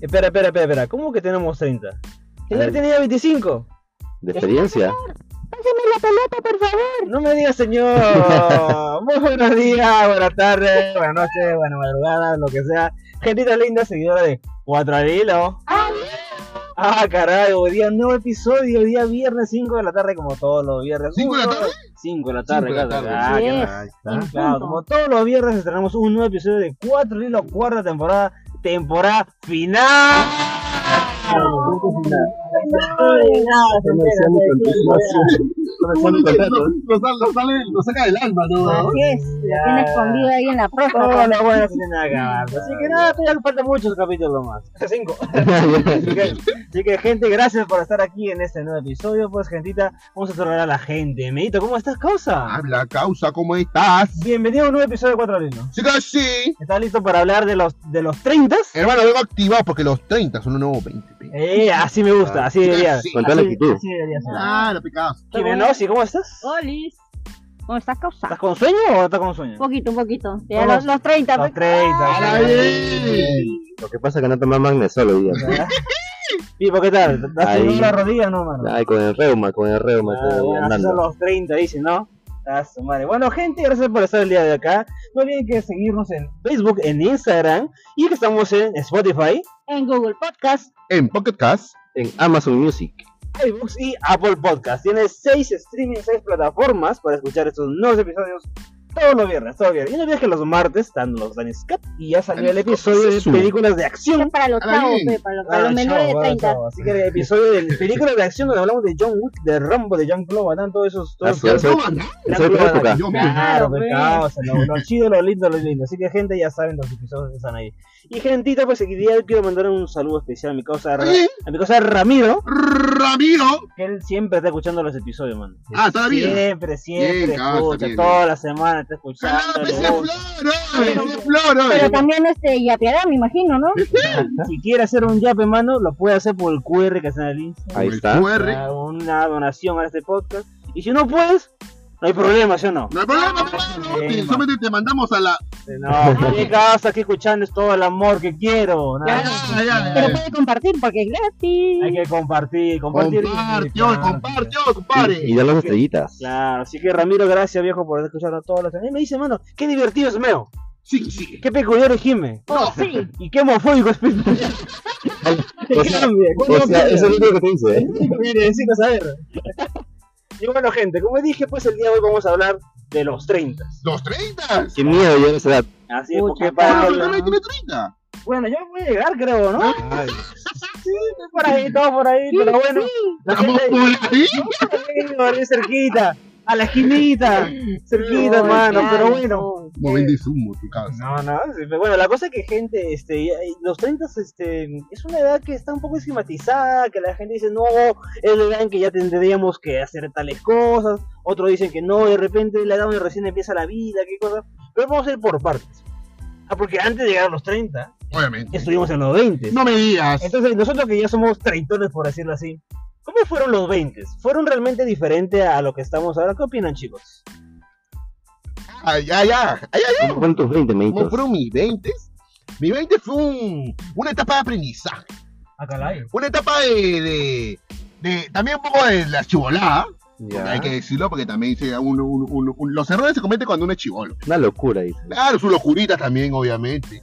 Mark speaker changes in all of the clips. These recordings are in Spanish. Speaker 1: Espera, espera, espera, espera. ¿Cómo que tenemos 30? Señor,
Speaker 2: Ay.
Speaker 1: tiene ya 25.
Speaker 2: ¿De experiencia?
Speaker 3: Pásame la pelota, por favor.
Speaker 1: No me diga, señor. Muy buenos días, buenas tardes, buenas noches, buenas madrugadas, lo que sea. Gentita linda, seguidora de 4 al hilo. Ah, caray, hoy día nuevo episodio, hoy día viernes 5 de la tarde, como todos los viernes.
Speaker 4: ¿Cinco de la
Speaker 1: Uno,
Speaker 4: tarde?
Speaker 1: 5 de la tarde,
Speaker 4: Cinco de la
Speaker 1: claro.
Speaker 4: tarde,
Speaker 1: Ah,
Speaker 3: sí.
Speaker 1: qué
Speaker 3: Yes.
Speaker 1: maravilla.
Speaker 3: En
Speaker 1: Claro,
Speaker 3: punto.
Speaker 1: como todos los viernes estrenamos un nuevo episodio de 4 Hilo, cuarta temporada, temporada final. Ay, nada, se entera, se
Speaker 4: Uno que lo, lo sal- lo sale, lo saca del alma,
Speaker 1: Ah.
Speaker 4: ¿no?
Speaker 3: Así es, la
Speaker 1: Ya.
Speaker 3: tiene escondida ahí en la próstata.
Speaker 1: entera. Todo lo bueno se tiene que acabar. Así que nada, todavía falta muchos capítulos más. Cinco. Así que, así que, gente, gracias por estar aquí en este nuevo episodio. Pues, gentita, vamos a saludar a la gente. Medito, ¿cómo estás, causa?
Speaker 4: Habla, Ah, causa, ¿cómo estás?
Speaker 1: Bienvenido a un nuevo episodio de 4 Hilo.
Speaker 4: Sí, que sí.
Speaker 1: ¿Estás listo para hablar de los, de los 30?
Speaker 4: Hermano, vengo activado porque los 30 son un nuevo 20. pe.
Speaker 1: Eh, así me gusta, así
Speaker 4: Sí,
Speaker 1: debería.
Speaker 4: sí.
Speaker 2: Con toda la
Speaker 1: Así-
Speaker 2: actitud.
Speaker 1: así debería ser.
Speaker 4: Claro, pecados.
Speaker 1: Kimenosi, ¿cómo estás?
Speaker 3: Olis. ¿Cómo estás
Speaker 1: ¿Estás
Speaker 3: causando?
Speaker 1: con sueño o estás con sueño?
Speaker 3: Un poquito, un poquito. Ya
Speaker 1: Vamos.
Speaker 3: los, los 30.
Speaker 1: Los
Speaker 3: pues.
Speaker 1: 30.
Speaker 4: ¡Hala, bien!
Speaker 2: Lo que pasa es que no tomas magnesio los días.
Speaker 1: Pipo, ¿qué tal? ¿Te has
Speaker 2: Ahí.
Speaker 1: tenido las rodillas no, mano?
Speaker 2: Ay, con el reuma, con el reuma.
Speaker 1: Ah,
Speaker 2: estoy
Speaker 1: bueno, así
Speaker 2: andando.
Speaker 1: son los 30, dicen, ¿no? Ah, su madre. Bueno, gente, gracias por estar el día de acá. No olviden que seguirnos en Facebook, en Instagram y que estamos en Spotify,
Speaker 3: En Google Podcast.
Speaker 4: En Pocket Cast,
Speaker 2: En Amazon Music.
Speaker 1: iBooks y Apple Podcast. Tiene 6 streaming, 6 plataformas para escuchar estos nuevos episodios todos los viernes, todos los viernes. Y no olvides que los martes están los Danis Cup y ya salió el
Speaker 4: Danis Cup,
Speaker 1: episodio de
Speaker 4: sí.
Speaker 1: películas de
Speaker 3: que
Speaker 1: acción.
Speaker 3: es Para los
Speaker 4: Ahora
Speaker 3: chavos,
Speaker 4: bien.
Speaker 3: pe, para los, para los
Speaker 1: Ah,
Speaker 3: menores
Speaker 1: chao,
Speaker 3: de
Speaker 1: ah,
Speaker 3: 30.
Speaker 1: chao. Así que el episodio de películas de acción donde hablamos de John Wick, de Rambo, de John Clover, todos esos... Todos
Speaker 2: Ah, sí,
Speaker 1: esos-
Speaker 2: sí. Eso es de tu época.
Speaker 4: Yo mismo.
Speaker 1: Claro,
Speaker 3: Claro,
Speaker 1: pues,
Speaker 3: pues.
Speaker 1: causa, lo, lo chido, lo lindo, lo lindo. Así que, gente, ya saben los episodios que están ahí. Y, gentita, pues aquí día quiero mandar un saludo especial a mi cosa, Ra-
Speaker 4: Oye.
Speaker 1: a mi cosa Ramiro,
Speaker 4: Ramiro.
Speaker 1: que él siempre está escuchando los episodios, man.
Speaker 4: Ah, todavía.
Speaker 1: Siempre, siempre
Speaker 4: Bien, causa,
Speaker 1: escucha,
Speaker 4: bien,
Speaker 1: toda la semana está
Speaker 4: ¡Hala,
Speaker 1: escuchando.
Speaker 4: pese
Speaker 1: le gusta.
Speaker 4: flor! oye, ¡Pese flor! oye.
Speaker 3: Pero también este, y apiará, me imagino, ¿no?
Speaker 1: Si quiere hacer un yape, mano, lo puede hacer por el QR que está en el Instagram.
Speaker 2: Ahí
Speaker 4: El
Speaker 2: está.
Speaker 4: QR.
Speaker 1: Ah, Una donación a este podcast. Y si no puedes, no hay problema, ¿sí o no?
Speaker 4: No hay problema, hermano.
Speaker 1: Bien,
Speaker 4: Te-
Speaker 1: man.
Speaker 4: Solamente te mandamos a la.
Speaker 1: No, mi casa aquí escuchando es todo el amor que quiero. nada
Speaker 4: Ya,
Speaker 1: más.
Speaker 4: Ah, ya, ya,
Speaker 3: Pero
Speaker 4: ya.
Speaker 3: puede compartir porque es
Speaker 1: Hay
Speaker 3: gratis.
Speaker 1: que compartir, compartir. y-
Speaker 4: Compartió, compartió,
Speaker 2: Y, y
Speaker 4: compadre.
Speaker 2: dar las estrellitas.
Speaker 1: Claro, así que Ramiro, gracias viejo por escucharnos todos los años. Y me dice, mano, qué divertido es Meo,
Speaker 4: Sí, sí.
Speaker 1: qué peculiar es Jime,
Speaker 3: Oh, sí.
Speaker 1: y qué homofóbico es Pipo.
Speaker 2: O sea, o sea, eso es lo único que te dice. ¿eh?
Speaker 1: Mire, sí, vas a ver. Y bueno, gente, como dije, pues el día de hoy vamos a hablar de los 30.
Speaker 4: Los 30.
Speaker 2: Qué miedo, yo no sé.
Speaker 1: Así es, porque
Speaker 3: Pucha,
Speaker 4: Ah,
Speaker 1: para
Speaker 4: pero
Speaker 1: los-
Speaker 4: también tiene 30.
Speaker 1: Bueno, yo voy a llegar, creo, ¿no?
Speaker 2: Ay,
Speaker 1: Sí, estoy por ahí, todo por ahí, pero bueno. La
Speaker 4: Vamos
Speaker 1: gente-
Speaker 4: por ahí.
Speaker 1: Por ahí cerquita, a la esquinita, cerquita,
Speaker 3: Oh,
Speaker 1: hermano,
Speaker 3: claro.
Speaker 1: pero bueno.
Speaker 4: Como vende zumo, tu casa.
Speaker 1: No, no, sí, pero bueno, la cosa es que gente, este, ya- los 30 este, es una edad que está un poco esquematizada, que la gente dice, no, es la edad en que ya tendríamos que hacer tales cosas, otros dicen que no, de repente la edad donde recién empieza la vida, qué cosa, pero vamos a ir por partes. Ah, porque antes de llegar a los 30,
Speaker 4: Obviamente.
Speaker 1: estuvimos en los 20.
Speaker 4: No me digas.
Speaker 1: Entonces, nosotros que ya somos traidores, por decirlo así, ¿cómo fueron los 20? ¿Fueron realmente diferentes a lo que estamos ahora? ¿Qué opinan, chicos?
Speaker 4: Ay, ay, ay. ay, ay.
Speaker 2: ¿Cómo fueron tus 20,
Speaker 4: ¿Cómo
Speaker 2: meditos?
Speaker 4: fueron mis 20? Mi 20 fue un- una etapa de aprendizaje.
Speaker 1: Acá la hay.
Speaker 4: Una etapa de. de, de- también un poco de la chivolada. Hay
Speaker 2: Ya.
Speaker 4: que decirlo porque también se, uno- uno- uno- uno- los errores se cometen cuando uno es chivolo.
Speaker 2: Una locura, dice.
Speaker 4: Claro, su locurita también, obviamente.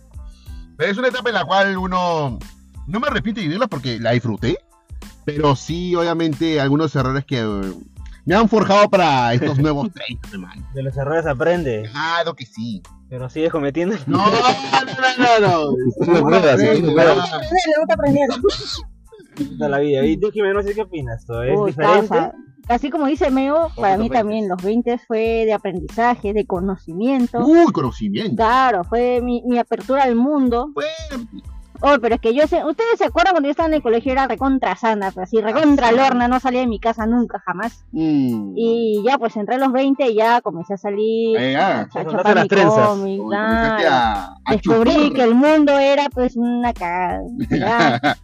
Speaker 4: Pero es una etapa en la cual uno. No me arrepiento de vivirla porque la disfruté. Pero sí, obviamente, algunos errores que eh, me han forjado para estos nuevos 30, hermano.
Speaker 1: De los errores aprende,
Speaker 4: Claro que sí.
Speaker 1: pero sigues cometiendo.
Speaker 4: No, no, no, no, no.
Speaker 2: Es una prueba, sí, es una
Speaker 3: Le
Speaker 2: prueba.
Speaker 3: gusta aprender, le gusta aprender.
Speaker 1: toda la vida. Y tú, Jimeno, ¿sí ¿qué opinas? ¿Tú? Pues, ¿Es
Speaker 3: Uy,
Speaker 1: diferente?
Speaker 3: causa. Así como dice Meo, para mí
Speaker 1: los 20?
Speaker 3: también los 20 fue de aprendizaje, de conocimiento.
Speaker 4: Uy, conocimiento.
Speaker 3: Claro, fue mi, mi apertura al mundo.
Speaker 4: Bueno,
Speaker 3: Oh, pero es que yo sé, ustedes se acuerdan cuando yo estaba en el colegio era recontra sana, pero así
Speaker 4: Ah,
Speaker 3: recontra lorna, no salía de mi casa nunca, jamás.
Speaker 4: mm,
Speaker 3: Y ya pues entré a los 20 ya comencé a salir,
Speaker 4: ahí, ah.
Speaker 3: a
Speaker 1: Te soltaste
Speaker 3: chapar
Speaker 1: las
Speaker 3: mi
Speaker 1: trenzas.
Speaker 3: cómic,
Speaker 4: Uy, comenzaste
Speaker 3: claro.
Speaker 4: a- a
Speaker 3: Descubrí
Speaker 4: chupar.
Speaker 3: que el mundo era pues una cagada. Ya,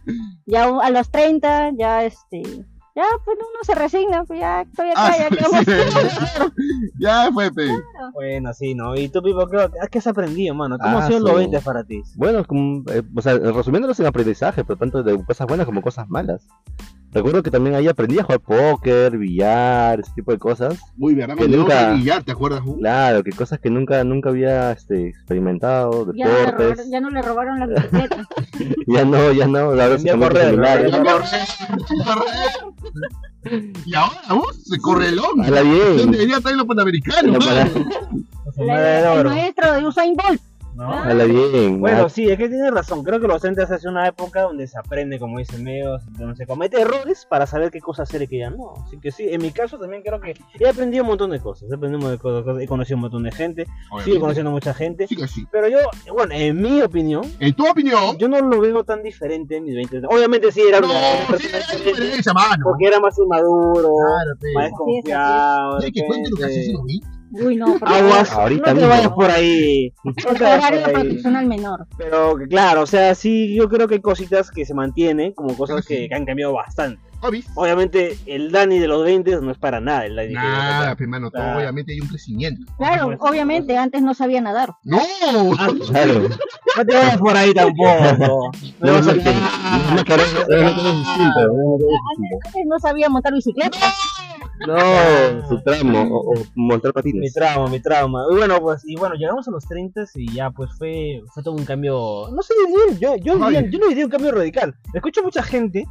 Speaker 3: ya a los 30 ya este, ya Ya, pues uno se resigna, pues ya estoy acá,
Speaker 4: Ah,
Speaker 3: ya
Speaker 4: sí,
Speaker 3: que vamos.
Speaker 4: sí. ya fue,
Speaker 3: Ah.
Speaker 4: pe.
Speaker 1: Bueno, sí, ¿no? ¿Y tú, Pipo, qué, qué has aprendido, mano? ¿Cómo
Speaker 2: Ah,
Speaker 1: han sido
Speaker 2: su-
Speaker 1: los 20 para ti?
Speaker 2: Bueno, como, eh, o sea, resumiéndolos en aprendizaje, pero tanto de cosas buenas como cosas malas. Recuerdo que también ahí aprendí a jugar póker, billar, ese tipo de cosas.
Speaker 4: Uy, verdad,
Speaker 2: Que
Speaker 4: me dio
Speaker 2: nunca-
Speaker 4: que brillar, ¿te acuerdas? Ju?
Speaker 2: Claro, que cosas que nunca nunca había este, experimentado,
Speaker 3: Ya no, le
Speaker 2: deportes.
Speaker 3: robaron, ya no le robaron la bicicleta.
Speaker 2: Ya no, ya no, ahora
Speaker 1: Aprendí
Speaker 2: sí
Speaker 1: a
Speaker 2: tengo
Speaker 1: correr,
Speaker 2: celulares.
Speaker 4: Ya
Speaker 1: ¿verdad?
Speaker 4: correr, correr. Y ahora vos, se correlón.
Speaker 2: Hala bien.
Speaker 4: ¿Dónde debería traer los panamericanos?
Speaker 2: No, para-
Speaker 1: Su
Speaker 3: La-
Speaker 1: madre Pues, de
Speaker 3: el
Speaker 1: oro,
Speaker 3: maestro de Usain Bolt.
Speaker 1: ¿no?
Speaker 2: Hala bien.
Speaker 1: Bueno,
Speaker 2: ah,
Speaker 1: sí, es que tienes razón. Creo que los docentes hace una época donde se aprende, como dice medio, donde se comete errores para saber qué cosas hacer y qué ya no. Así que sí, en mi caso también creo que he aprendido un montón de cosas. He aprendido de cosas, he conocido un montón de gente, sigo conociendo mucha gente.
Speaker 4: Sí, que sí.
Speaker 1: Pero yo, bueno, en mi opinión,
Speaker 4: En tu opinión,
Speaker 1: yo no lo veo tan diferente en mis 20. Obviamente sí era
Speaker 4: no,
Speaker 1: una
Speaker 4: sí,
Speaker 1: persona
Speaker 4: hay
Speaker 1: diferente,
Speaker 4: diferencia, mano.
Speaker 1: porque era más inmaduro,
Speaker 4: Claro, pe.
Speaker 1: más
Speaker 3: así es.
Speaker 1: desconfiado. de
Speaker 4: Quiere que cuente lo que haces,
Speaker 1: repente.
Speaker 4: ¿no?
Speaker 3: Uy, no, por favor.
Speaker 1: Aguas,
Speaker 2: Ahorita
Speaker 1: no te
Speaker 2: mismo.
Speaker 1: vayas por ahí. No te vayas
Speaker 3: Porque Este horario
Speaker 1: por ahí.
Speaker 3: protección al menor.
Speaker 4: Ah,
Speaker 1: Pero claro, o sea, sí, yo creo que hay cositas que se mantienen, como cosas que han cambiado bastante.
Speaker 4: Hobbies.
Speaker 1: Obviamente, el Dani de los 20 no es para nada el Dani. que-
Speaker 4: Nada, pe, mano, todo
Speaker 1: Claro.
Speaker 4: obviamente hay un crecimiento.
Speaker 3: Claro,
Speaker 1: Pues,
Speaker 3: obviamente, antes no sabía nadar.
Speaker 4: ¡No!
Speaker 2: Claro.
Speaker 1: No te vayas por ahí tampoco.
Speaker 2: No,
Speaker 1: No
Speaker 2: no,
Speaker 1: vas a-
Speaker 2: que- no, que ahora es- ahora es una cosa distinta, ahora
Speaker 3: Antes no sabía montar bicicleta.
Speaker 2: es una cosa distinta. No, su tramo, o, o montar
Speaker 1: Mi
Speaker 2: patines.
Speaker 1: trauma, mi trauma. Y bueno, pues, y bueno, llegamos a los 30 y ya, pues fue, fue todo un cambio. No sé, diría- yo, yo,
Speaker 4: Ay.
Speaker 1: diría- yo no diría un cambio radical. Escucho mucha gente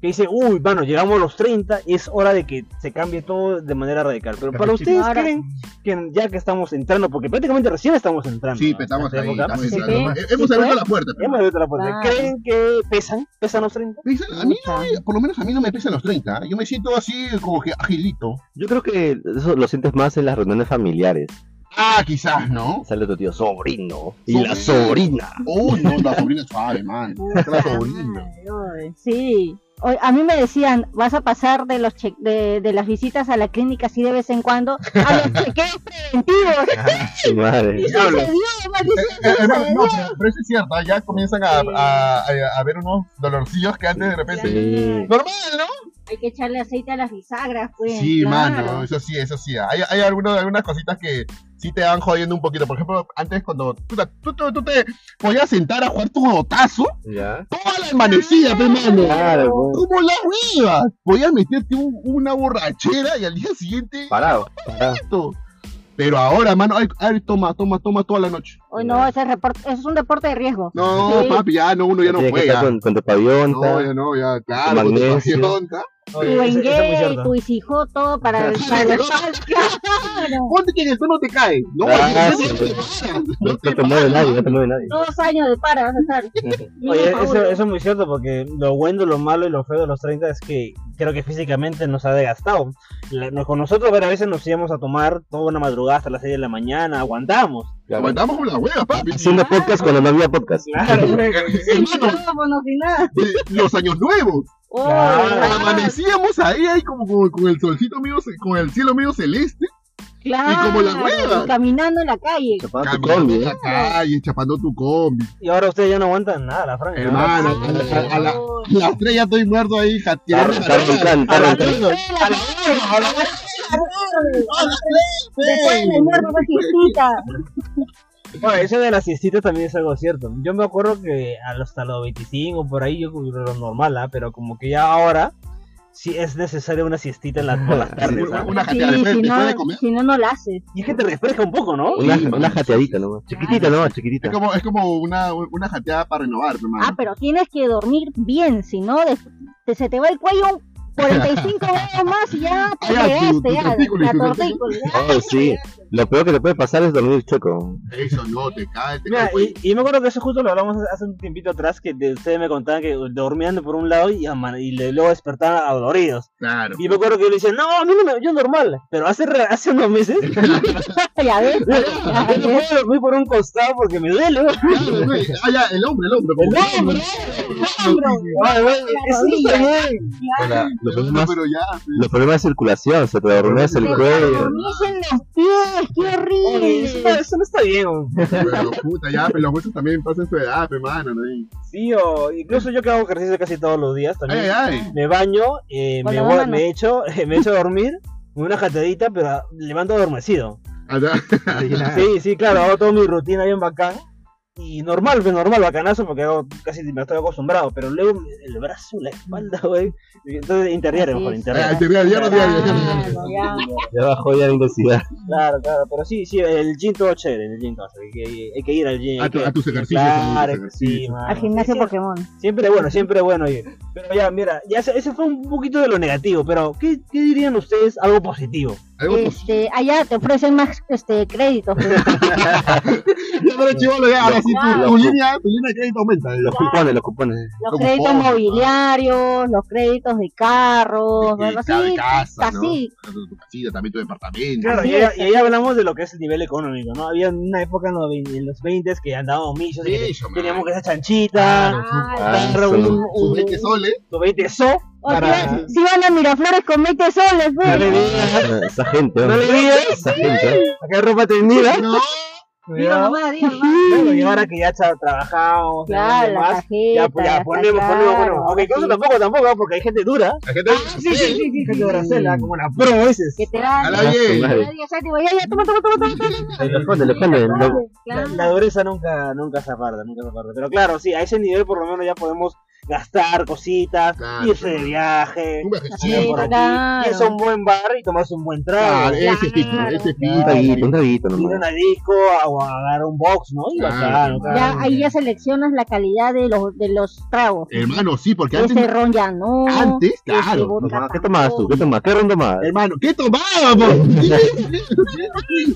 Speaker 1: que dice, uy, bueno, llegamos a los 30 y es hora de que se cambie todo de manera radical. Pero para
Speaker 4: Pero
Speaker 1: ustedes
Speaker 3: ahora-
Speaker 1: creen que ya que estamos entrando, porque prácticamente recién estamos entrando.
Speaker 4: Sí,
Speaker 1: ¿no?
Speaker 4: pe, estamos
Speaker 1: En esta
Speaker 4: ahí.
Speaker 1: época.
Speaker 4: estamos
Speaker 3: Sí,
Speaker 4: entrando.
Speaker 3: sí.
Speaker 4: Hemos- Hemos
Speaker 3: Sí,
Speaker 4: abierto
Speaker 3: pues.
Speaker 4: la puerta. pe.
Speaker 1: Ya me doy otra puerta.
Speaker 3: Claro.
Speaker 1: ¿Creen que pesan? ¿Pesan los 30?
Speaker 4: Me dicen, A mí,
Speaker 3: Puta.
Speaker 4: eh, por lo menos a mí no me pesan los 30. ¿eh? Yo me siento así como que agilito.
Speaker 2: Yo creo que eso lo sientes más en las reuniones familiares.
Speaker 4: Ah, quizás, ¿no.
Speaker 2: Sale tu tío sobrino y
Speaker 4: Sobrino.
Speaker 2: la sobrina.
Speaker 4: Uy, no, la sobrina es suave, man. Es la sobrina.
Speaker 3: Ay, ay, Sí. Oye, A mí me decían, vas a pasar de los che- de, de las visitas a la clínica así de vez en cuando a los chequeos preventivos.
Speaker 2: Su madre.
Speaker 3: Eso
Speaker 4: Diablo.
Speaker 3: se dio, maldición,
Speaker 4: Eh,
Speaker 3: eso
Speaker 4: hermano,
Speaker 3: se
Speaker 4: no,
Speaker 3: dio.
Speaker 4: pero- pero eso es cierto, ya comienzan a, a, a- a ver unos dolorcillos que antes de repente.
Speaker 2: Sí.
Speaker 4: Normal, ¿no?
Speaker 3: Hay que echarle aceite a las bisagras, pues.
Speaker 4: Sí,
Speaker 3: claro.
Speaker 4: mano, eso sí, eso sí. Hay, hay algunos- algunas cositas que sí te van jodiendo un poquito. Por ejemplo, antes cuando puta, tú, tú, tú te podías sentar a jugar tu botazo,
Speaker 2: ¿Ya?
Speaker 4: toda la amanecida, pe, mano.
Speaker 2: Claro, pues.
Speaker 4: Como la hueva. Podías meterte un- una borrachera y al día siguiente.
Speaker 2: Parado. parado.
Speaker 4: esto. Pero ahora, mano, ay, ay, toma, toma, toma toda la noche.
Speaker 3: Oye, no, ese report- eso es un deporte de riesgo.
Speaker 4: No,
Speaker 3: Sí.
Speaker 4: papi, ya no, uno ya no
Speaker 2: Tienes que
Speaker 4: juega.
Speaker 2: estar con, con tu pabellón.
Speaker 4: No, ya no, ya, claro,
Speaker 2: Con
Speaker 4: con tu
Speaker 2: magnesio.
Speaker 4: pasión, ¿tá?
Speaker 1: Oye, eso- eso
Speaker 3: Tu
Speaker 1: es muy
Speaker 3: engay,
Speaker 1: cierto.
Speaker 3: tu isijo, pues, todo para el Claro.
Speaker 4: Ponte que en el suelo te cae. No,
Speaker 2: Ah,
Speaker 4: no,
Speaker 2: sí,
Speaker 4: no,
Speaker 2: sí.
Speaker 4: no,
Speaker 2: No,
Speaker 4: no te
Speaker 2: te mueve
Speaker 4: paras.
Speaker 2: nadie, no te mueve nadie.
Speaker 3: Dos años de para vas a estar.
Speaker 1: Oye,
Speaker 3: Mínimo
Speaker 1: eso,
Speaker 3: uno.
Speaker 1: eso es muy cierto porque lo bueno, lo malo y lo feo de los 30 es que creo que físicamente nos ha desgastado. La- no- con nosotros bueno, a veces nos íbamos a tomar toda una madrugada hasta las 6 de la mañana, aguantamos.
Speaker 4: Aguantamos con la hueva, papi.
Speaker 1: Ah,
Speaker 2: Haciendo podcast cuando no había podcast.
Speaker 1: Claro,
Speaker 3: Sin
Speaker 4: Hermano,
Speaker 3: micrófono, sin nada.
Speaker 4: eh, los años nuevos.
Speaker 3: Oh,
Speaker 1: Claro.
Speaker 2: Ah.
Speaker 3: claro,
Speaker 4: Amanecíamos ahí, ahí como, como con el solcito mío, ce- con el cielo medio celeste,
Speaker 3: claro.
Speaker 4: y como la hueva.
Speaker 3: Y Caminando en la calle.
Speaker 2: Chapado tu
Speaker 4: caminando
Speaker 2: combi,
Speaker 4: en
Speaker 2: ¿eh?
Speaker 4: la calle, chapando tu combi.
Speaker 1: y ahora ustedes ya no aguantan nada, la franja.
Speaker 4: Hermano, a la- a la-
Speaker 3: Oh.
Speaker 4: la estrella estoy muerto ahí,
Speaker 2: Está
Speaker 4: jateando.
Speaker 2: está roncando,
Speaker 1: A
Speaker 2: está
Speaker 1: la
Speaker 2: roncando.
Speaker 1: tarde, a la
Speaker 4: A la hora,
Speaker 3: Después pues, del almuerzo, una siestita.
Speaker 1: Bueno, eso de las siestitas también es algo cierto. Yo me acuerdo que a los- hasta los 25 por ahí yo lo normal, ¿ah? pero como que ya ahora sí es necesaria una siestita en las, por las tardes. ¿ah?
Speaker 4: una
Speaker 3: Sí,
Speaker 4: jateada después
Speaker 3: si
Speaker 4: después de
Speaker 3: no,
Speaker 4: comer.
Speaker 3: si no, no la haces.
Speaker 1: Y es que te refresca un poco, ¿no?
Speaker 2: Una, una jateadita nomás. Chiquitita nomás,
Speaker 4: Es
Speaker 2: chiquitita.
Speaker 4: como, es como una, una jateada para renovar, hermano.
Speaker 3: Ah, pero tienes que dormir bien, si no, des- te- se te va el cuello un 45 grados más y ya te
Speaker 4: Ah, ya, tu- tu
Speaker 3: pegaste, ya,
Speaker 4: testículo y
Speaker 3: la
Speaker 4: tu
Speaker 3: tortícula, ya.
Speaker 1: Ah,
Speaker 2: Oh, sí. Lo peor que te puede pasar es dormir chueco.
Speaker 4: Eso no, te cae, te pues,
Speaker 1: Mira,
Speaker 4: cae.
Speaker 1: y, y me acuerdo que eso justo lo hablamos hace- hace un tiempito atrás, que de- ustedes me contaban que dormían por un lado y, ama- y le- luego despertaban adoloridos.
Speaker 4: Claro.
Speaker 1: Y me acuerdo que yo le decía, no, a mí no me, yo normal, pero hace, re- hace unos meses
Speaker 3: Ya ves, ya
Speaker 1: yo no
Speaker 3: ves.
Speaker 1: puedo dormir por un costado porque me duele.
Speaker 4: Claro, güey. Ah, ya, el hombre, el hombre. como-
Speaker 1: El hombre,
Speaker 4: Sí, sí, sí.
Speaker 1: Ay, güey,
Speaker 3: La
Speaker 1: eso
Speaker 3: rodilla.
Speaker 1: está bien.
Speaker 4: Con la-
Speaker 2: Los
Speaker 4: Pero,
Speaker 2: problemas,
Speaker 4: pero ya.
Speaker 2: los problemas de circulación, se te adormece el
Speaker 3: Me
Speaker 2: cuello.
Speaker 3: adormecen los pies, qué
Speaker 1: Oye, eso, no-
Speaker 3: horrible.
Speaker 1: eso no está bien. o.
Speaker 4: Pero puta, ya, pero los huesos también pasan su edad, pe, mano. ¿no? Y-
Speaker 1: Sí, o incluso yo que hago ejercicio casi todos los días también.
Speaker 4: Ay, ay,
Speaker 1: Me baño, eh,
Speaker 3: Con
Speaker 1: me,
Speaker 3: la
Speaker 1: voy-
Speaker 3: mano.
Speaker 1: me echo, me echo a dormir, una jatadita, pero ah, levanto adormecido.
Speaker 4: ay. Allá.
Speaker 1: Sí, sí, claro, hago toda mi rutina bien bacán. Y normal, pues, normal, bacanazo, porque hago- casi me estoy acostumbrado, pero luego el brazo, la espalda, güey. Entonces, interdiario,
Speaker 3: Así
Speaker 1: mejor,
Speaker 3: es.
Speaker 4: Ay,
Speaker 1: interdiario.
Speaker 4: te veo, ya no te veo, ya no te veo.
Speaker 3: Claro, ya.
Speaker 2: Ya bajó ya la intensidad.
Speaker 1: Claro, claro, pero sí, sí, el gym todo chévere, el gym todo, hay que, hay que ir al gym.
Speaker 4: A
Speaker 1: hay
Speaker 4: tu-
Speaker 1: que-
Speaker 4: a tus ejercicios, a
Speaker 1: Claro,
Speaker 4: tus
Speaker 1: que sí,
Speaker 4: ejercicios.
Speaker 1: mano.
Speaker 3: Al gimnasio
Speaker 1: Sí,
Speaker 3: Pokémon.
Speaker 1: Siempre bueno, siempre bueno ir. Pero ya, mira, ya se- ese fue un poquito de lo negativo, pero ¿qué, qué dirían ustedes algo positivo?
Speaker 4: Algo positivo.
Speaker 3: Este, allá te ofrecen más este créditos. pues.
Speaker 4: Ya, pero chivolo, ya, ahora sí tu, tu línea, tu línea de crédito aumenta. eh.
Speaker 2: Los cupones, los cupones.
Speaker 3: Los
Speaker 4: Como
Speaker 3: créditos
Speaker 4: pobre, ¿no?
Speaker 3: mobiliarios, los créditos de carros,
Speaker 4: De- de
Speaker 3: algo
Speaker 4: ca- de
Speaker 3: así.
Speaker 4: casa, ¿no?
Speaker 3: Así.
Speaker 4: Tu tu casita, también tu departamento.
Speaker 1: Claro,
Speaker 3: Así
Speaker 1: y ahí,
Speaker 3: es.
Speaker 1: y ahí hablamos de lo que es el nivel económico, ¿no? Había una época en los, vein- en los 20 que andábamos millos, y que
Speaker 4: Millo, man.
Speaker 1: teníamos que hacer chanchita,
Speaker 4: Claro, su-
Speaker 2: Ah,
Speaker 1: agarrar un,
Speaker 2: su-
Speaker 4: Sus
Speaker 1: un-
Speaker 4: 20 soles.
Speaker 1: los 20 so,
Speaker 3: O si
Speaker 1: Para-
Speaker 3: van- si van a Miraflores con 20 soles, pues.
Speaker 1: Dale,
Speaker 3: Ay,
Speaker 2: Ah, Esa gente,
Speaker 1: no le
Speaker 2: hombre.
Speaker 1: digas,
Speaker 2: Esa gente.
Speaker 1: acá hay ropa tendida.
Speaker 4: No,
Speaker 3: diga mamá, diga mamá.
Speaker 1: Claro, y ahora que ya tra- trabajamos,
Speaker 3: Claro,
Speaker 1: y
Speaker 3: la
Speaker 1: demás,
Speaker 3: cajeta,
Speaker 1: ya, pues, ya
Speaker 3: la-
Speaker 1: ponemos,
Speaker 3: claro,
Speaker 1: ponemos, ponemos. Aunque
Speaker 3: sí.
Speaker 1: incluso tampoco, tampoco, ¿ah? porque hay gente dura.
Speaker 4: la gente.
Speaker 1: Ah, Sí, sí, sí, sí, gente bracela, como la pro, dices.
Speaker 3: Que te dan.
Speaker 4: A la
Speaker 2: Ah, su
Speaker 4: bien.
Speaker 2: madre.
Speaker 3: Ya, ya, ya, ya, toma, toma, toma, toma, toma.
Speaker 2: Lo esconde, lo esconde. lo-
Speaker 1: La,
Speaker 3: Claro.
Speaker 1: la dureza nunca, nunca se aparta, nunca se aparta. Pero claro, sí, a ese nivel por lo menos ya podemos gastar cositas,
Speaker 4: Claro,
Speaker 1: irse de
Speaker 4: claro.
Speaker 1: viaje,
Speaker 4: Un
Speaker 1: ir
Speaker 4: ejercicio.
Speaker 1: por aquí,
Speaker 3: claro.
Speaker 1: irse a un buen bar y tomarse un buen trago,
Speaker 4: Claro, Ah, ese pico, ese
Speaker 2: Un traguito, un
Speaker 4: pico.
Speaker 2: traguito
Speaker 1: ir a
Speaker 2: nomás.
Speaker 1: una disco o a dar un box, ¿no? Y
Speaker 4: Claro,
Speaker 1: bacano,
Speaker 4: claro.
Speaker 1: claro.
Speaker 3: Ya, ahí ya seleccionas la calidad de los, de los tragos.
Speaker 4: Hermano, sí, porque Eh, antes.
Speaker 3: Ese ron ya no.
Speaker 4: Antes,
Speaker 3: ese
Speaker 4: claro,
Speaker 3: vodka
Speaker 2: Pues, ¿Qué tomabas tú? ¿Qué tomabas? ¿Qué ronda más?
Speaker 4: Hermano, ¿qué tomábamos?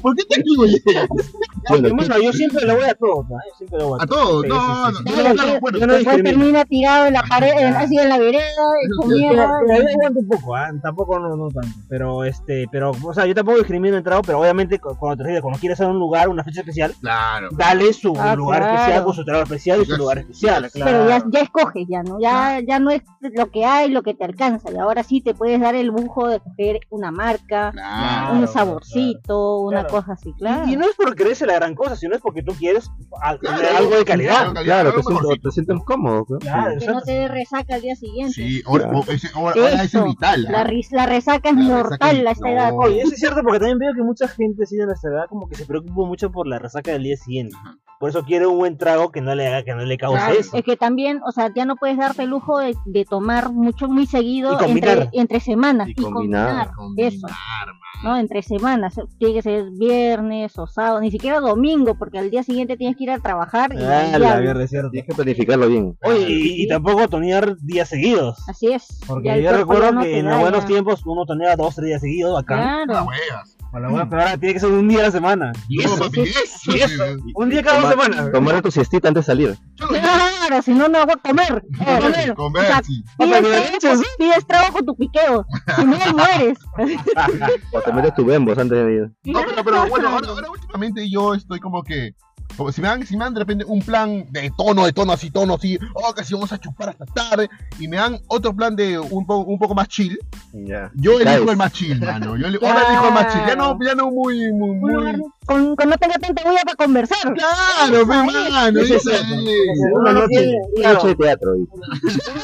Speaker 4: ¿Por qué te equivocas?
Speaker 1: Bueno, hermano, yo siempre lo voy a todo, ¿no? yo siempre lo voy a
Speaker 4: A todos,
Speaker 1: Sí,
Speaker 4: no,
Speaker 1: sí,
Speaker 4: no,
Speaker 1: sí, sí.
Speaker 3: Claro,
Speaker 4: claro, claro, bueno,
Speaker 1: yo no
Speaker 3: Después
Speaker 1: discrimino.
Speaker 3: termina tirado en la pared, en- así en la vereda, hecho
Speaker 1: Pero,
Speaker 4: sí,
Speaker 3: mierda.
Speaker 1: pero ahí aguanto un poco, ¿ah? tampoco no, no tanto. Pero, este, pero, o sea, yo tampoco discrimino el trago, pero obviamente cu- cuando te refieres, cuando quieres hacer un lugar, una fecha especial,
Speaker 4: claro.
Speaker 1: dale su
Speaker 3: Ah,
Speaker 1: lugar
Speaker 3: claro.
Speaker 1: especial con su trago especial y su
Speaker 4: Ya
Speaker 1: lugar
Speaker 4: sé,
Speaker 1: especial,
Speaker 4: ya
Speaker 1: claro.
Speaker 3: Pero ya, ya escoges, ya no, ya, ya no es lo que hay, lo que te alcanza. Y ahora sí te puedes dar el lujo de coger una marca,
Speaker 4: Claro.
Speaker 1: Claro,
Speaker 3: un saborcito, una
Speaker 1: claro.
Speaker 3: cosa así, claro.
Speaker 1: Y no es porque crees la gran cosa, sino es porque tú quieres al-
Speaker 4: Claro,
Speaker 1: tener algo de calidad.
Speaker 4: claro,
Speaker 2: Claro, te
Speaker 4: algo
Speaker 2: sientes,
Speaker 4: mejorcito.
Speaker 2: te sientes cómodo. pues. ¿no?
Speaker 1: Claro,
Speaker 3: que no
Speaker 1: exacto.
Speaker 3: te dé resaca al día siguiente.
Speaker 4: Sí, ahora
Speaker 2: Claro.
Speaker 4: o- ese- ahora- ahora
Speaker 3: Eso,
Speaker 4: ese es vital.
Speaker 3: La,
Speaker 4: ¿ah?
Speaker 3: ris- la resaca es
Speaker 4: La resaca
Speaker 3: mortal
Speaker 4: es-
Speaker 3: a esta edad.
Speaker 4: no.
Speaker 1: Oye, eso es cierto porque también veo que mucha gente así de nuestra edad como que se preocupa mucho por la resaca del día siguiente.
Speaker 4: Ajá.
Speaker 1: Por eso quiere un buen trago que no le haga, que no le cause
Speaker 4: Claro.
Speaker 1: eso.
Speaker 3: Es que también, o sea, ya no puedes darte el lujo de, de tomar mucho, muy
Speaker 1: Y
Speaker 3: seguido
Speaker 1: combinar.
Speaker 3: entre, entre semanas.
Speaker 2: Y
Speaker 3: Y,
Speaker 2: combinar.
Speaker 3: combinar, eso, ¿no? Entre semanas. Tiene que ser viernes o sábado, ni siquiera domingo, porque al día siguiente tienes que ir a trabajar. Y
Speaker 1: Ah,
Speaker 3: al
Speaker 1: la
Speaker 3: diablo.
Speaker 1: mierda, es cierto.
Speaker 2: Tienes que planificarlo bien.
Speaker 1: Oye, y, y tampoco tonear días seguidos.
Speaker 3: Así es. ya
Speaker 1: Porque
Speaker 3: el
Speaker 1: yo
Speaker 3: cuerpo ya
Speaker 1: recuerdo
Speaker 3: no te
Speaker 1: que en
Speaker 3: da,
Speaker 1: los buenos
Speaker 3: ya.
Speaker 1: tiempos uno toneaba dos, tres días seguidos acá.
Speaker 4: Ah,
Speaker 3: Claro.
Speaker 4: huevas.
Speaker 1: Con la buena, pero ahora tiene que ser un día a la semana.
Speaker 4: Y eso, papi, eso.
Speaker 1: Y eso.
Speaker 4: sí.
Speaker 1: Un día cada
Speaker 2: Toma-
Speaker 1: semana.
Speaker 2: Tomar tu siestita antes de salir.
Speaker 4: Yo lo digo,
Speaker 3: Claro, si no, no hago comer.
Speaker 4: comer,
Speaker 3: comer.
Speaker 4: comer,
Speaker 3: O sea,
Speaker 4: sí.
Speaker 1: Papá,
Speaker 3: Pides,
Speaker 1: me
Speaker 3: trabajo-
Speaker 1: echas,
Speaker 3: pides trabajo tu piqueo. Si no, mueres.
Speaker 2: O te metes tu bembos antes de ir.
Speaker 4: No, pero, pero bueno, ahora, ahora últimamente yo estoy como que. como si me dan, si me dan de repente un plan de tono, de tono así, tono así, oh, que si vamos a chupar hasta tarde, y me dan otro plan de un, po- un poco más chill,
Speaker 2: Ya.
Speaker 4: yo
Speaker 2: Caes.
Speaker 4: elijo el más chill, mano. Yo eli- ahora elijo el más chill, ya no,
Speaker 3: Claro.
Speaker 4: ya no muy, muy,
Speaker 3: Un lugar
Speaker 4: muy.
Speaker 3: con, con no tenga tanta bulla para conversar.
Speaker 4: Claro, mi mano,
Speaker 1: Eso es
Speaker 4: esa
Speaker 1: cierto.
Speaker 4: es.
Speaker 1: Uno no quiere,
Speaker 2: Una
Speaker 1: claro,
Speaker 2: noche de teatro. y-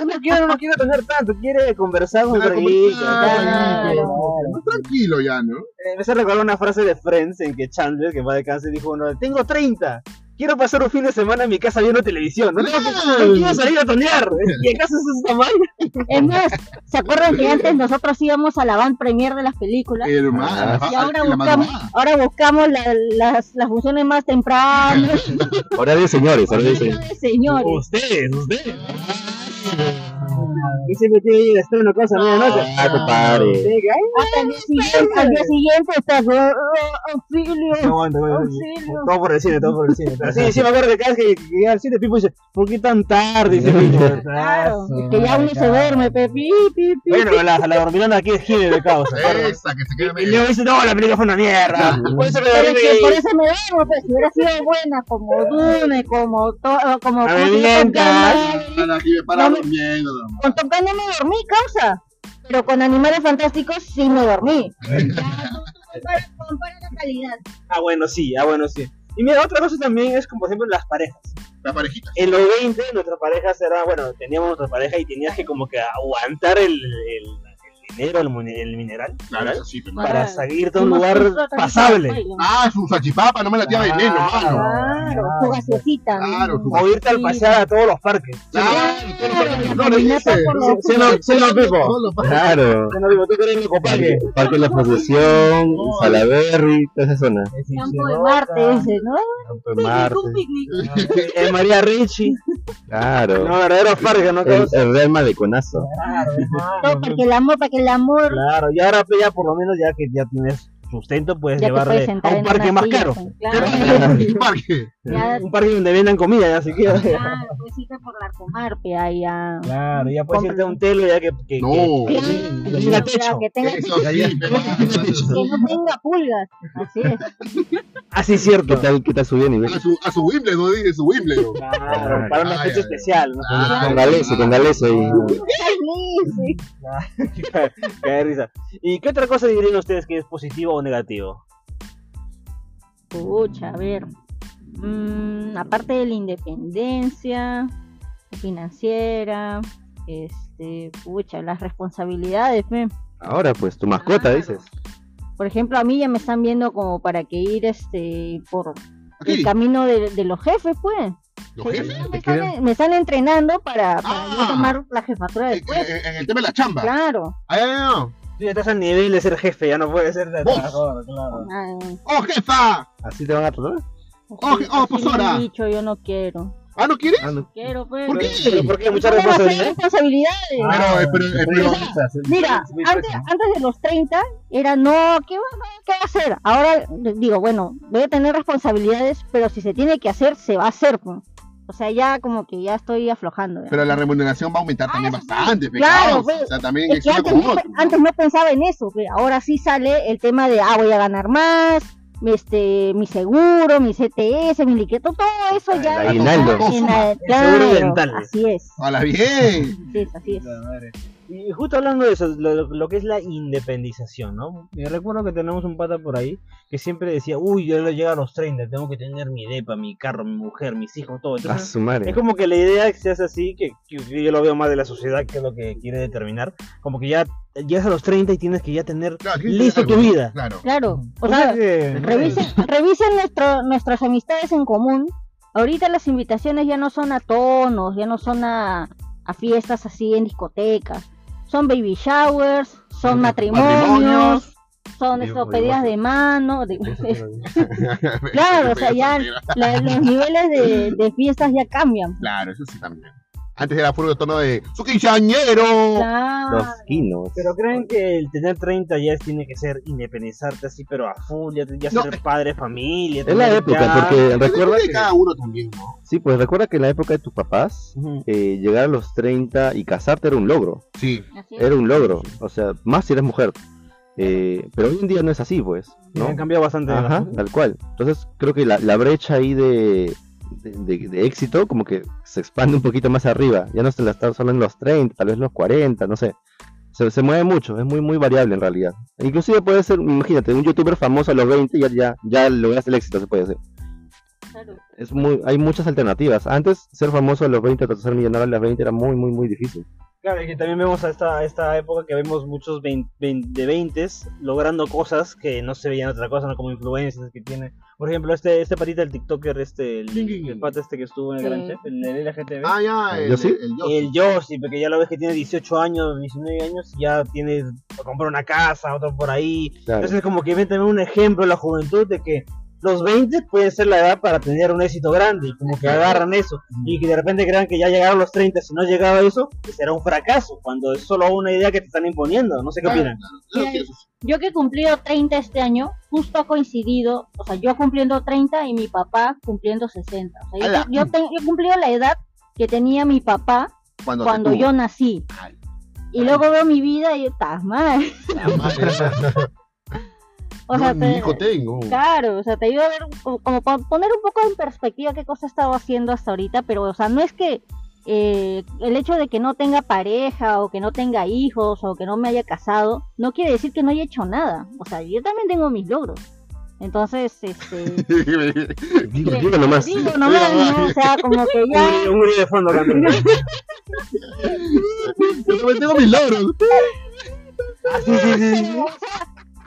Speaker 1: uno quiere, no quiere tener tanto, quiere conversar con un
Speaker 4: Claro,
Speaker 1: traguito,
Speaker 4: conversar,
Speaker 1: claro,
Speaker 3: claro.
Speaker 1: claro.
Speaker 4: Más Tranquilo ya, ¿no?
Speaker 1: Eh, Me hace recordar una frase de Friends en que Chandler, que va de cáncer, dijo: uno, Tengo 30, quiero pasar un fin de semana en mi casa viendo televisión. No, no, no, no quiero salir a tonear. ¿Y acaso eso está mal?
Speaker 3: Es más, ¿se acuerdan que antes nosotros íbamos a la van premier de las películas?
Speaker 1: Ah,
Speaker 4: Hermano,
Speaker 3: Y ahora
Speaker 4: la- Eh, ah, la
Speaker 3: buscamos,
Speaker 4: madrugada.
Speaker 3: ahora buscamos la- las, las funciones más tempranas,
Speaker 2: Horario de señores, horario de señores.
Speaker 3: de señores.
Speaker 1: Ustedes, ustedes. Y siempre tiene que ir a estreno cosa a medianoche.
Speaker 2: Ah, compadre.
Speaker 1: ¿Sí, qué hay?
Speaker 3: Hasta el día siguiente, al día siguiente estás, "Oh,
Speaker 1: No
Speaker 3: oh, auxilio.
Speaker 1: aguanto, güey.
Speaker 3: Auxilio.
Speaker 1: Todo por el cine, todo por el cine. Pero sí, sí, me acuerdo que cada vez que que llega al cine, Pipo dice, ¿por qué tan tarde? Dice Pipo.
Speaker 3: Claro, que ya uno se duerme, pepi, pi, pi.
Speaker 1: Bueno, la, la dormilona aquí es Jimmy de causa.
Speaker 4: Esa que se queda
Speaker 1: Y
Speaker 4: medio.
Speaker 1: luego dice, no, la película fue una mierda. Por eso me
Speaker 3: Pero
Speaker 1: dormí.
Speaker 3: es que por eso me duermo, pues, si hubiera sido buena, como Dune, como to, como
Speaker 1: Me
Speaker 3: como-
Speaker 1: mientas.
Speaker 4: Para aquí me para
Speaker 3: No me-
Speaker 4: durmiendo,
Speaker 3: con Top Gun no me dormí, causa. pero con Animales Fantásticos sí me dormí. Ya, tú- tú compara- compara la calidad.
Speaker 1: Ah, bueno, sí, ah, bueno, sí. Y mira, otra cosa también es como, por ejemplo, las parejas.
Speaker 4: La parejita.
Speaker 1: En los 20, nuestras parejas era, bueno, teníamos nuestra pareja y tenías que como que aguantar el, el, el dinero, el, mune- el mineral,
Speaker 4: Claro,
Speaker 1: mineral,
Speaker 4: eso sí, pero
Speaker 1: para
Speaker 4: madre.
Speaker 3: Claro.
Speaker 1: seguirte a un
Speaker 3: Como
Speaker 1: lugar
Speaker 3: tú tratas de
Speaker 1: pasable.
Speaker 3: hacerlo.
Speaker 4: Ah, su salchipapa, no me la tía veneno, mano.
Speaker 3: Claro, tu gaseosita.
Speaker 4: Claro, tu-
Speaker 1: O irte al
Speaker 3: Sí.
Speaker 1: pasear a todos los parques.
Speaker 4: Claro, todos los almendrones,
Speaker 3: Caminata
Speaker 4: dice.
Speaker 3: por los-
Speaker 1: Sí, no, sí, no, Pipo.
Speaker 4: Todos los-
Speaker 2: Claro.
Speaker 1: Ya no digo, tú querés mi copaje.
Speaker 2: Parque, Parque de la Procesión, Salaberry, toda esa zona.
Speaker 3: Campo de Marte ese, ¿no?
Speaker 2: Campo de
Speaker 3: Picnic,
Speaker 2: Ah, Marte.
Speaker 3: un picnic.
Speaker 1: El eh, María Ricci.
Speaker 2: Claro.
Speaker 1: No, verdaderos parques, ¿no?
Speaker 2: El,
Speaker 1: Claro,
Speaker 2: el Real Maleconazo.
Speaker 3: Todo para que el amor, para que el amor
Speaker 1: Claro, y ahora pues, ya por lo menos ya que ya tienes sustento, puedes
Speaker 3: ya te puedes
Speaker 1: llevarle a
Speaker 3: sentar
Speaker 1: un
Speaker 3: en
Speaker 1: parque
Speaker 3: una
Speaker 1: más
Speaker 3: silla,
Speaker 1: caro.
Speaker 3: pues, Claro,
Speaker 4: ¿Qué parque?
Speaker 3: ya,
Speaker 1: Un parque donde vendan comida, ya si quieres.
Speaker 3: ya, pues irte por la comarpe ahí a...
Speaker 1: Claro, ya pues, puedes irte a un telo ya que... que
Speaker 4: No.
Speaker 1: que- que tenga
Speaker 3: Claro,
Speaker 1: techo.
Speaker 3: que tenga
Speaker 4: Eso sí, pero-
Speaker 3: que no tenga pulgas. Así es.
Speaker 1: Así Ah, es
Speaker 2: ¿Qué
Speaker 1: cierto.
Speaker 2: tal, qué tal subió a nivel?
Speaker 4: A su, a su Wimbledon, dije su Wimbledon.
Speaker 1: Claro, para una
Speaker 4: Ay,
Speaker 1: fecha
Speaker 4: ay,
Speaker 1: especial, ¿no?
Speaker 4: Ah,
Speaker 2: Con Galeso, con Galeso ahí.
Speaker 3: Ay, sí.
Speaker 1: Qué risa. ¿Y qué otra cosa dirían ustedes que es positivo o negativo?
Speaker 3: Pucha, a ver. Mm, aparte de la independencia financiera, este, pucha, las responsabilidades, men.
Speaker 2: Ahora pues, tu mascota, dices.
Speaker 3: Por ejemplo, a mí ya me están viendo como para que ir este por el
Speaker 4: Aquí,
Speaker 3: camino de, de los jefes, pues.
Speaker 4: los
Speaker 3: Que
Speaker 4: jefes.
Speaker 3: ya
Speaker 2: ¿Te
Speaker 3: me, están,
Speaker 2: quieren?
Speaker 3: me están entrenando para, para
Speaker 4: Ah.
Speaker 3: yo tomar la jefatura
Speaker 4: En,
Speaker 3: después.
Speaker 4: en- en el tema de la chamba.
Speaker 3: Claro.
Speaker 4: Ay, ay, ay.
Speaker 1: Tú ya estás al nivel de ser jefe, ya no puedes ser de
Speaker 4: Vos.
Speaker 1: trabajador, claro.
Speaker 3: Ah,
Speaker 4: ¡Oh, jefa!
Speaker 2: ¿Así te van a tratar?
Speaker 4: Oh,
Speaker 3: así-
Speaker 4: oh,
Speaker 3: así
Speaker 4: pues
Speaker 3: me han
Speaker 4: ahora.
Speaker 3: dicho, yo no quiero.
Speaker 4: ¿Ah, no quieres?
Speaker 2: Ah, no.
Speaker 3: Quiero, pues.
Speaker 4: ¿Por qué?
Speaker 1: Pero ¿por qué mucha
Speaker 3: Son demasiadas
Speaker 4: ¿eh?
Speaker 1: responsabilidad?
Speaker 3: responsabilidades.
Speaker 4: Pero, eh, pero, eh, pero-
Speaker 3: Mira,
Speaker 1: Sí, sí,
Speaker 3: antes,
Speaker 1: sí.
Speaker 3: antes de los 30 era, no, ¿qué va, qué va a hacer? Ahora digo, bueno, voy a tener responsabilidades, pero si se tiene que hacer, se va a hacer. pues. O sea, ya como que ya estoy aflojando. ya.
Speaker 4: pero la remuneración va a aumentar también
Speaker 3: Ah, sí.
Speaker 4: bastante, pe,
Speaker 3: Claro,
Speaker 4: causa.
Speaker 3: pe.
Speaker 4: O sea, también
Speaker 3: Es
Speaker 4: es
Speaker 3: que
Speaker 4: una
Speaker 3: antes,
Speaker 4: como
Speaker 3: no,
Speaker 4: otra.
Speaker 3: antes no pensaba en eso, que ahora sí sale el tema de, ah, voy a ganar más, este, mi seguro, mi CTS, mi liqueto, todo eso ya.
Speaker 2: El aguinaldo.
Speaker 3: En la-
Speaker 1: seguro
Speaker 3: claro,
Speaker 1: dental.
Speaker 3: Así es,
Speaker 4: ¡Hala, bien!
Speaker 3: así es, así es.
Speaker 1: La madre. Y justo hablando de eso, lo, lo que es la independización, ¿no? Me recuerdo que tenemos un pata por ahí que siempre decía, uy, yo llega a los 30, tengo que tener mi depa, mi carro, mi mujer, mis hijos, todo.
Speaker 2: A
Speaker 1: Entonces,
Speaker 2: su madre.
Speaker 1: es como que la idea que se hace así, que, que yo lo veo más de la sociedad, que es lo que quiere determinar, como que ya llegas a los 30 y tienes que ya tener
Speaker 4: Claro, tienes que
Speaker 1: listo tu
Speaker 4: hacer algo.
Speaker 1: vida.
Speaker 4: Claro.
Speaker 3: Claro, o
Speaker 1: sea
Speaker 3: sea,
Speaker 1: que-
Speaker 3: Revisen, revisen nuestro, nuestras amistades en común. Ahorita las invitaciones ya no son a tonos, ya no son a, a fiestas así en discotecas. Son baby showers, son matrimonios,
Speaker 4: matrimonios.
Speaker 3: son
Speaker 2: Dios,
Speaker 3: esto,
Speaker 2: divorcio.
Speaker 3: pedidas de mano. de-
Speaker 4: Eso
Speaker 3: claro, o
Speaker 4: sí,
Speaker 3: sea,
Speaker 4: eso
Speaker 3: ya
Speaker 4: sí,
Speaker 3: la- los niveles de, de fiestas ya cambian.
Speaker 4: Claro, eso sí también. Antes era puro tono de ¡Su quinceañero!
Speaker 2: Los
Speaker 3: Claro.
Speaker 2: quinos.
Speaker 1: Pero creen que el tener 30 ya es- tiene que ser independizarte así, pero a full, ya, ya
Speaker 4: No,
Speaker 1: ser
Speaker 4: es-
Speaker 1: padre, de familia.
Speaker 2: eh. Es la
Speaker 1: tener
Speaker 2: época,
Speaker 1: ya-
Speaker 2: porque recuerda
Speaker 4: Depende de
Speaker 2: que,
Speaker 4: cada uno también, ¿no?
Speaker 2: sí, pues recuerda que en la época de tus papás,
Speaker 1: Ujú.
Speaker 2: eh, llegar a los 30 y casarte era un logro,
Speaker 4: Sí.
Speaker 3: Así es.
Speaker 2: era un logro, o sea, más si eres mujer, Eh, pero hoy en día no es así, pues,
Speaker 1: Sí,
Speaker 2: ¿no?
Speaker 1: Han cambiado bastante.
Speaker 2: Ajá,
Speaker 1: ¿no?
Speaker 2: tal cual. Entonces creo que la, la brecha ahí de, de, de- de éxito como que se expande un poquito más arriba, ya no se la está solo en los 30, tal vez los 40, no sé. Se, se mueve mucho, es muy muy variable en realidad. Inclusive puede ser, imagínate, un youtuber famoso a los 20 ya ya ya lograste el éxito, se puede hacer.
Speaker 3: Claro.
Speaker 2: es muy, hay muchas alternativas. Antes, ser famoso a los 20, tratar de ser millonario a los 20 era muy, muy, muy difícil.
Speaker 1: Claro, y que también vemos a esta, a esta época que vemos muchos vein- vein- de 20 logrando cosas que no se veían otra cosa, ¿no? Como influencias que tiene. Por ejemplo, este, este patita, el TikToker, este, el,
Speaker 4: ¿Quién, quién, quién?
Speaker 1: el pata este que estuvo en el
Speaker 3: Sí.
Speaker 1: Gran Chef, el, el LGTB.
Speaker 4: Ah, ya, el,
Speaker 2: ¿Yo sí?
Speaker 4: el
Speaker 3: Eh,
Speaker 4: yo.
Speaker 1: El Yossi, porque ya lo ves que tiene 18 años, 19 años, ya tiene, compró una casa, otro por ahí,
Speaker 2: Claro.
Speaker 1: Entonces como que ven también un ejemplo a la juventud de que los 20 pueden ser la edad para tener un éxito grande, y como que agarran eso, y que de repente crean que ya llegaron los 30, si no llegaba eso, pues será un fracaso, cuando es solo una idea que te están imponiendo, no sé qué
Speaker 4: Claro,
Speaker 1: opinan.
Speaker 4: Claro
Speaker 3: eh,
Speaker 4: que eso sí.
Speaker 3: Yo que he cumplido 30 este año, justo ha coincidido, o sea, yo cumpliendo 30 y mi papá cumpliendo 60. O sea,
Speaker 4: ¡Hala!
Speaker 3: yo, yo, ten- yo he cumplido la edad que tenía mi papá
Speaker 4: Cuando,
Speaker 3: cuando
Speaker 4: se
Speaker 3: yo nací.
Speaker 4: Ay.
Speaker 3: Y luego veo mi vida y yo, estás mal.
Speaker 4: tuvo. La madre.
Speaker 3: O
Speaker 4: Ah, Yo
Speaker 3: sea,
Speaker 4: ni
Speaker 3: te-
Speaker 4: hijo tengo.
Speaker 3: claro, o sea, te ayuda a ver, como, como pa- poner un poco en perspectiva qué cosa he estado haciendo hasta ahorita, pero, o sea, no es que eh, el hecho de que no tenga pareja o que no tenga hijos o que no me haya casado, no quiere decir que no haya hecho nada. O sea, yo también tengo mis logros. Entonces, este...
Speaker 2: Digo, digo nomás.
Speaker 3: Digo nomás, ¿no? O sea, como que
Speaker 1: Un
Speaker 3: ya...
Speaker 1: grillo- Un grillo de fondo cantando.
Speaker 4: Yo también tengo mis logros.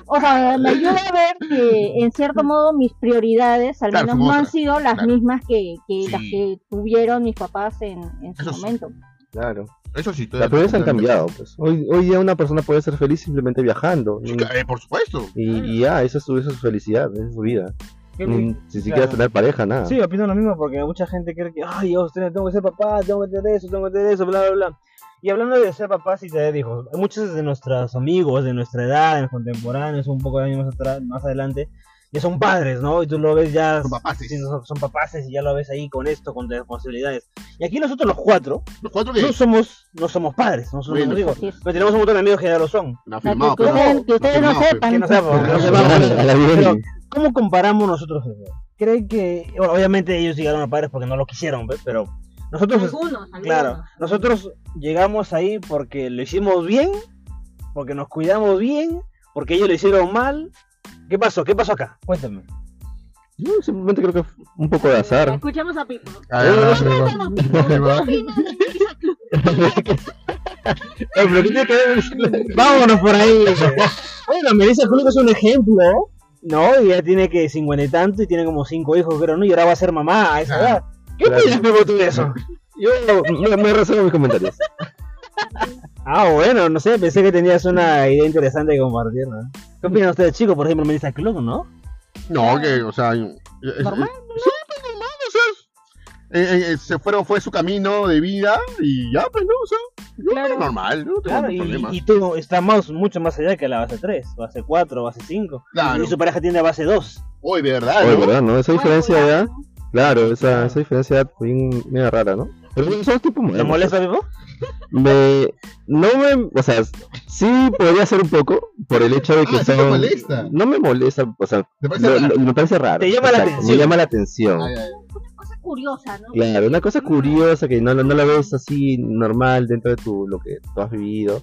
Speaker 3: O sea, me ayuda a ver que en cierto modo mis prioridades al
Speaker 4: Claro,
Speaker 3: menos
Speaker 4: son
Speaker 3: no han
Speaker 4: otras,
Speaker 3: sido las
Speaker 4: claro.
Speaker 3: mismas que, que
Speaker 4: Sí.
Speaker 3: las que tuvieron mis papás en, en su
Speaker 4: Eso sí.
Speaker 3: momento.
Speaker 2: Claro.
Speaker 4: Eso sí, estoy de
Speaker 2: Las prioridades han
Speaker 4: acuerdo.
Speaker 2: cambiado. Pues. Hoy, hoy día una persona puede ser feliz simplemente viajando.
Speaker 4: Sí,
Speaker 2: y-
Speaker 4: ca- eh, por supuesto.
Speaker 1: Ah.
Speaker 2: Y, y ya, esa es, su, esa es su felicidad, esa es su vida. Ni- Ni siquiera
Speaker 1: Claro.
Speaker 2: tener pareja, nada.
Speaker 1: Sí, opino lo mismo porque mucha gente cree que, ay, yo tengo que ser papá, tengo que tener eso, tengo que tener eso, bla, bla, bla. Y hablando de ser papás y tener hijos, muchos de nuestros amigos de nuestra edad, de los contemporáneos, un poco de años más atrás, más adelante, ya son padres, ¿no? Y tú lo ves ya.
Speaker 4: Son papaces.
Speaker 1: sí, son, son papaces y ya lo ves ahí con esto, con responsabilidades. Y aquí nosotros los cuatro,
Speaker 4: Los cuatro que
Speaker 1: no somos, no somos padres, no somos
Speaker 4: Bueno,
Speaker 1: hijos.
Speaker 3: Así es.
Speaker 1: Pero tenemos un montón de amigos que ya lo son.
Speaker 4: no,
Speaker 3: O sea,
Speaker 4: firmado,
Speaker 3: que,
Speaker 4: pero-
Speaker 3: ustedes, que ustedes no,
Speaker 4: firmado, pues. pero-
Speaker 3: sepan. pues.
Speaker 1: Que no sepan, que no
Speaker 2: A la- a la bien.
Speaker 1: Pero- ¿Cómo comparamos nosotros eso? ¿Creen que, bueno, obviamente ellos llegaron a padres porque no lo quisieron, ¿ve? pero nosotros,
Speaker 3: Algunos, algunos.
Speaker 1: claro, nosotros llegamos ahí porque lo hicimos bien, porque nos cuidamos bien, porque ellos lo hicieron mal. ¿Qué pasó? ¿Qué pasó acá? Cuéntame.
Speaker 2: Yo simplemente creo que es un poco de azar.
Speaker 3: Escuchamos a Pipo.
Speaker 4: Ah, ya, ya, ya.
Speaker 3: Cuéntanos, Pipo, ¿qué
Speaker 4: Firmado.
Speaker 3: opinas de Ibiza Club?
Speaker 2: pero ¿qué tiene que ver?
Speaker 1: Vámonos por ahí. bueno, Melissa Cruz es un ejemplo, ¿no? Y ya tiene que cincuenta y tanto y tiene como cinco hijos, creo, ¿no? Y ahora va a ser mamá a esa
Speaker 4: Claro.
Speaker 1: edad. ¿Qué
Speaker 2: Claro.
Speaker 1: opinas, Pepo, tú de eso?
Speaker 2: Yo me, me reservo mis comentarios.
Speaker 1: Ah, bueno, no sé, pensé que tenías una idea interesante que compartir, ¿no? ¿Qué opinan ustedes, chicos? Por ejemplo, Melissa Club, ¿no?
Speaker 4: No, que, o sea. es- es-
Speaker 3: Normal,
Speaker 4: Sí, pues normal, o sea. es- eh, eh, se fueron, fue su camino de vida y ya, pues no, o sea. yo,
Speaker 3: Claro.
Speaker 4: Normal, no tengo ningún
Speaker 1: y,
Speaker 4: problema.
Speaker 1: y tú estás más, mucho más allá que la base 3, base 4, base 5.
Speaker 2: Ah,
Speaker 4: Claro.
Speaker 1: Y su pareja tiene base 2.
Speaker 4: Hoy, de verdad,
Speaker 1: Ah,
Speaker 2: Oye,
Speaker 4: ¿no?
Speaker 2: ¿verdad? ¿No? Esa diferencia de edad. Claro, esa,
Speaker 1: Claro.
Speaker 2: esa diferencia de edad bien, medio rara, ¿no? Pero bueno, pues, son tipo
Speaker 1: ¿Te molesta, Pepo?
Speaker 2: Me, no me, o sea, sí podría ser un poco por el hecho de que
Speaker 4: Ah, sí te
Speaker 2: son.
Speaker 4: molesta.
Speaker 2: No me molesta, o sea,
Speaker 4: ¿Te parece
Speaker 2: lo-
Speaker 4: raro?
Speaker 2: lo- me parece raro.
Speaker 1: Te llama la
Speaker 2: Exacto,
Speaker 1: atención.
Speaker 2: Me llama la atención.
Speaker 4: Ay, ay.
Speaker 3: Una cosa curiosa, ¿no?
Speaker 2: Claro, una cosa curiosa que no, no la ves así normal dentro de tu, lo que tú has vivido,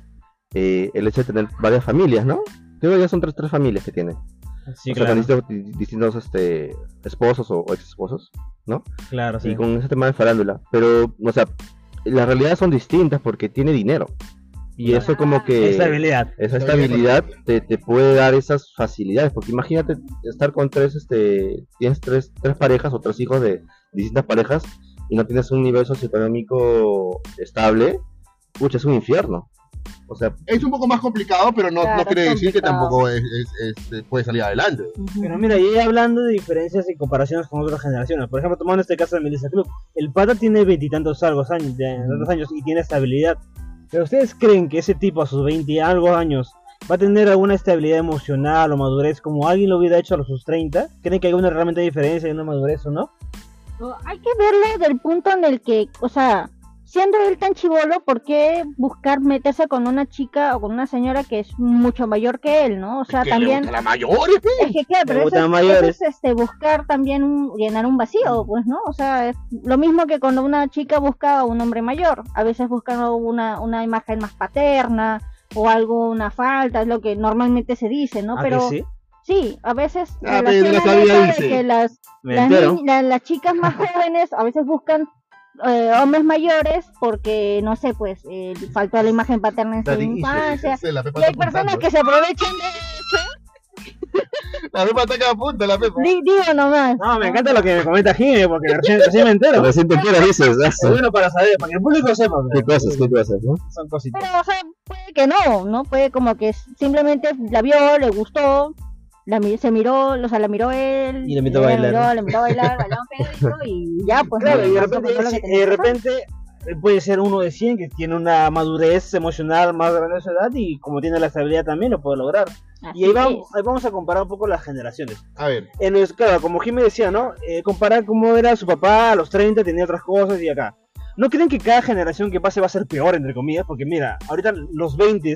Speaker 2: eh, el hecho de tener varias familias, ¿no? Creo que ya son tres, tres familias que tienen.
Speaker 1: Sí,
Speaker 2: o sea, con distintos, di- distintos, este, esposos o, ex esposos.
Speaker 1: Claro,
Speaker 2: Y con ese tema de farándula. Pero, o sea, las realidades son distintas porque tiene dinero. Y eso como que...
Speaker 1: Estabilidad.
Speaker 2: Esa
Speaker 4: Estabilidad.
Speaker 2: estabilidad te, te puede dar esas facilidades, porque imagínate estar con tres, este, tienes tres, tres parejas o tres hijos de distintas parejas y no tienes un nivel socioeconómico estable, pucha, es un infierno. O sea,
Speaker 4: Es un poco más complicado, pero no,
Speaker 3: Claro,
Speaker 4: no quiere
Speaker 3: es
Speaker 4: decir que
Speaker 3: complicado.
Speaker 4: tampoco es, es- este, puede salir adelante.
Speaker 1: Pero mira, y hablando de diferencias y comparaciones con otras generaciones. Por ejemplo, tomando este caso de Melissa Club. El pata tiene veintitantos algo años, de- tantos años y tiene estabilidad. Pero ustedes creen que ese tipo a sus 20 y algo años va a tener alguna estabilidad emocional o madurez como alguien lo hubiera hecho a sus 30? ¿Creen que hay una realmente diferencia en una madurez o no?
Speaker 3: No, Hay que verlo del punto en el que, o sea, siendo él tan chivolo, ¿por qué buscar meterse con una chica o con una señora que es mucho mayor que él, no? O sea,
Speaker 4: que le
Speaker 3: también
Speaker 4: gusta a la mayores, pues. pe.
Speaker 3: es que claro,
Speaker 1: Le
Speaker 3: pero eso,
Speaker 1: gustan
Speaker 3: es-
Speaker 1: mayores.
Speaker 3: eso es, este, buscar también un- llenar un vacío, pues, ¿no? O sea, es lo mismo que cuando una chica busca a un hombre mayor, a veces buscan una, una imagen más paterna o algo, una falta, es lo que normalmente se dice, ¿no?
Speaker 1: ¿A Ah, que
Speaker 3: pero
Speaker 1: sí?
Speaker 3: sí, a veces
Speaker 4: Ah, pero
Speaker 3: relacionan
Speaker 4: no sabía,
Speaker 3: eso de
Speaker 4: dice.
Speaker 3: que las
Speaker 1: Me
Speaker 3: las,
Speaker 1: entero.
Speaker 3: ni- la- las chicas más jóvenes a veces buscan eh, hombres mayores porque, no sé, pues eh, faltó la imagen paterna en su
Speaker 4: Daddy
Speaker 3: infancia.
Speaker 4: issues, ese, la Pepa
Speaker 3: Y hay
Speaker 4: está
Speaker 3: personas
Speaker 4: apuntando.
Speaker 3: que se aprovechan de eso.
Speaker 4: La Pepa está que apunta, la Pepa.
Speaker 3: Di- digo nomás.
Speaker 1: No, me encanta lo que me comenta Jimmy porque recién, recién me entero.
Speaker 2: recién te enteras, dices, ah,
Speaker 1: Es bueno para saber, para que el público sepa.
Speaker 2: qué cosas, qué cosas, ¿no?
Speaker 1: Son cositas.
Speaker 3: Pero, o sea, puede que no, ¿no? Puede como que simplemente la vio, le gustó, la, mi- se miró, o sea, la miró él.
Speaker 1: Y la invitó a
Speaker 3: ella
Speaker 1: bailar,
Speaker 3: miró, la invitó a bailar, bailaron pegadito y ya, pues.
Speaker 1: Claro,
Speaker 3: ¿no?
Speaker 1: y de
Speaker 3: Pasó-
Speaker 1: repente,
Speaker 3: pasó lo que
Speaker 1: sí,
Speaker 3: tenía
Speaker 1: de
Speaker 3: que pasar.
Speaker 1: repente eh, puede ser uno de 100 que tiene una madurez emocional más grande a su edad y como tiene la estabilidad también lo puede lograr. Y ahí
Speaker 3: Así
Speaker 1: vamos,
Speaker 3: es.
Speaker 1: ahí vamos a comparar un poco las generaciones.
Speaker 4: A ver,
Speaker 1: En los- claro, como Jimmy decía, ¿no? Eh, comparar cómo era su papá a los 30, tenía otras cosas y acá. ¿No creen que cada generación que pase va a ser peor, entre comillas? Porque mira, ahorita los 20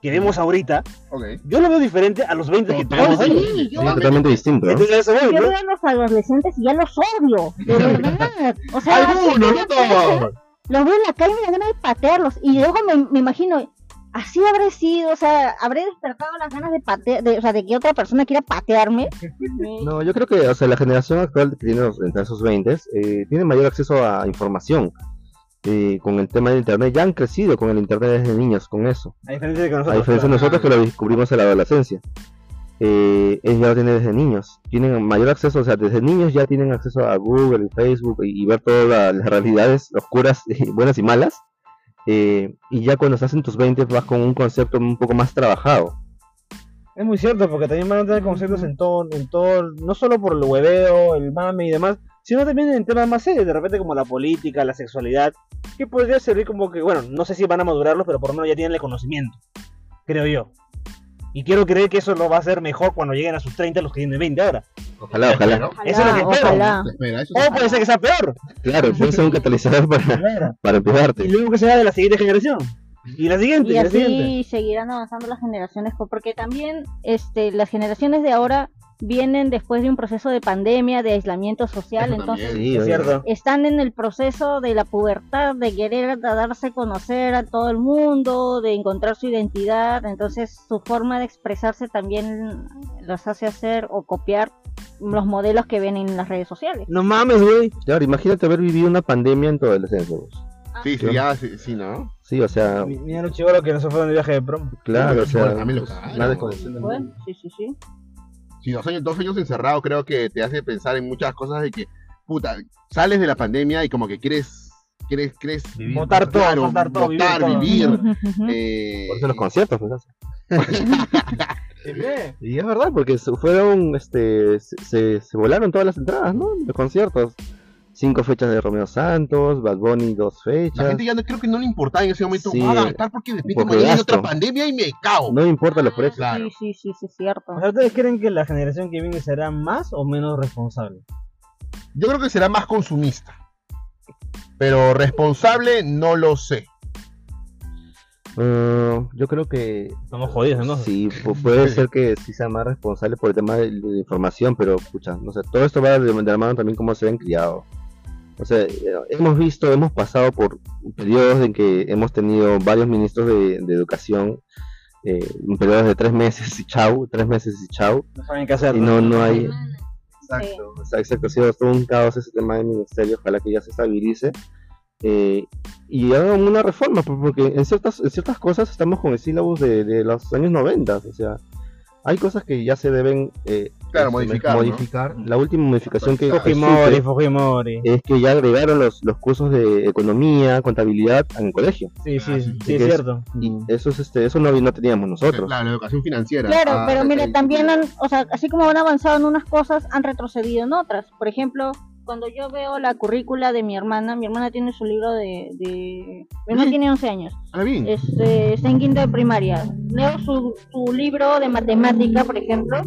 Speaker 1: que vemos ahorita,
Speaker 4: ok.
Speaker 3: Ah,
Speaker 1: yo lo veo diferente a los 20 que tuvimos
Speaker 3: sí,
Speaker 1: antes.
Speaker 3: yo-
Speaker 2: Es totalmente distinto, ¿no?
Speaker 1: Entonces, a eso voy,
Speaker 3: Yo
Speaker 1: ¿no?
Speaker 3: veo a los adolescentes y ya los odio, de verdad. O sea,
Speaker 4: Algunos, no todos.
Speaker 3: los veo en la calle y me dan ganas de patearlos. Y luego me, me imagino, así habré sido, o sea, habré despertado las ganas de patear, de, o sea, de que otra persona quiera patearme.
Speaker 2: No, yo creo que, o sea, la generación actual que tiene los- entre esos 20 eh, tiene mayor acceso a información. Eh, con el tema del internet, ya han crecido con el internet desde niños, con eso.
Speaker 1: A diferencia de que
Speaker 2: A
Speaker 1: nosotros.
Speaker 2: diferencia de nosotros que lo descubrimos en la adolescencia. Eh, ellos ya lo tienen desde niños. Tienen mayor acceso, o sea, desde niños ya tienen acceso a Google y Facebook y, y ver todas la- las realidades oscuras, y buenas y malas. Eh, y ya cuando estás en tus 20 vas con un concepto un poco más trabajado.
Speaker 1: Es muy cierto, porque también van a tener conceptos en todo, en todo, no solo por el hueveo, el mame y demás, sino también en temas más serios, de repente como la política, la sexualidad, que podría servir como que, bueno, no sé si van a madurarlos, pero por lo menos ya tienen el conocimiento, creo yo. Y quiero creer que eso lo va a hacer mejor cuando lleguen a sus 30 los que tienen 20 ahora.
Speaker 2: Ojalá, ojalá.
Speaker 4: Espero,
Speaker 1: Eso es lo que espero.
Speaker 3: Ah, ojalá.
Speaker 4: espera, eso
Speaker 1: O
Speaker 4: es-
Speaker 1: puede ser que sea peor.
Speaker 2: Claro, puede ser un catalizador para, para
Speaker 1: Y
Speaker 2: empujarte.
Speaker 1: luego que sea de la siguiente generación. Y la siguiente, y,
Speaker 3: Y
Speaker 1: la siguiente.
Speaker 3: así seguirán avanzando las generaciones, po- porque también este, las generaciones de ahora vienen después de un proceso de pandemia, de aislamiento social,
Speaker 4: Eso también.
Speaker 3: entonces
Speaker 2: Sí,
Speaker 1: Es
Speaker 2: oye.
Speaker 1: cierto.
Speaker 3: están en el proceso de la pubertad, de querer da- darse a conocer a todo el mundo, de encontrar su identidad, entonces su forma de expresarse también las hace hacer o copiar los modelos que ven en las redes sociales.
Speaker 1: No mames, güey.
Speaker 2: Claro, imagínate haber vivido una pandemia en tu adolescencia. pues.
Speaker 4: Sí, sí, ya, sí, sí, ¿no?
Speaker 2: Sí, o sea,
Speaker 1: Mi- Mira los chivolos que nos fueron de viaje de prom.
Speaker 2: claro, o sea,
Speaker 4: Bueno, también lo
Speaker 2: pues,
Speaker 4: cagaron.
Speaker 2: nada de conexión del mundo.
Speaker 3: Bueno, sí, sí, sí.
Speaker 4: Si dos años, dos años encerrado, creo que te hace pensar en muchas cosas de que, puta, sales de la pandemia y como que quieres, quieres, quieres
Speaker 1: Botar todo,
Speaker 4: claro,
Speaker 1: botar todo, vivir
Speaker 4: botar,
Speaker 1: todo.
Speaker 4: vivir. eh,
Speaker 2: Por eso los conciertos, pues,
Speaker 1: Sí,
Speaker 2: Y es verdad, porque se fueron, este, se, se- se volaron todas las entradas, ¿no? Los conciertos. Cinco fechas de Romeo Santos, Bad Bunny dos
Speaker 4: la
Speaker 2: fechas.
Speaker 4: gente ya no, creo que no le importaba en ese momento,
Speaker 2: Sí.
Speaker 4: voy a gastar porque de repente
Speaker 2: Porque
Speaker 4: mañana hay
Speaker 2: gasto.
Speaker 4: otra pandemia y me cago.
Speaker 2: No importa los precios.
Speaker 4: claro. ah,
Speaker 3: Sí, sí, sí, sí, cierto.
Speaker 1: O sea, ¿Ustedes creen que la generación que viene será más o menos responsable?
Speaker 4: Yo creo que será más consumista. Pero responsable, no lo sé.
Speaker 2: Eh, yo creo que
Speaker 1: Estamos jodidos, ¿no?
Speaker 2: sí, pu- puede ser que sí sea más responsable por el tema de, de la información, pero escucha, no sé, todo esto va de, de la mano también cómo se han criado. O sea, eh, hemos visto, hemos pasado por periodos en que hemos tenido varios ministros de, de educación, eh, periodos de tres meses y chau, tres meses y chau,
Speaker 1: No saben qué hacer.
Speaker 2: y no, no hay,
Speaker 3: Exacto.
Speaker 2: O sea, exacto, ha sido todo un caos ese tema del ministerio, ojalá que ya se estabilice. Eh, y hagan una reforma, por- porque en ciertas, en ciertas cosas estamos con el sílabus de, de los años 90, o sea, hay cosas que ya se deben eh,
Speaker 4: Claro,
Speaker 2: este,
Speaker 4: modificar, ¿no?
Speaker 2: modificar. La última modificación que
Speaker 1: Fujimori,
Speaker 2: existe
Speaker 1: Fujimori.
Speaker 2: es que ya agregaron los, los cursos de economía, contabilidad en el colegio.
Speaker 1: Sí,
Speaker 4: Ah,
Speaker 1: sí, sí,
Speaker 4: sí.
Speaker 1: es
Speaker 2: Es-
Speaker 1: cierto.
Speaker 2: Y eso, es, este, eso no, no teníamos nosotros.
Speaker 4: Claro, la educación financiera.
Speaker 3: Claro,
Speaker 4: Ah, eh,
Speaker 3: pero mire,
Speaker 4: sí.
Speaker 3: también han, o sea, así como han avanzado en unas cosas, han retrocedido en otras. Por ejemplo, cuando yo veo la currícula de mi hermana, mi hermana tiene su libro de... de... Mi hermana
Speaker 4: Sí.
Speaker 3: tiene 11 años,
Speaker 4: Ahora bien,
Speaker 3: este, está en quinto de primaria. Leo su, su libro de matemática, por ejemplo.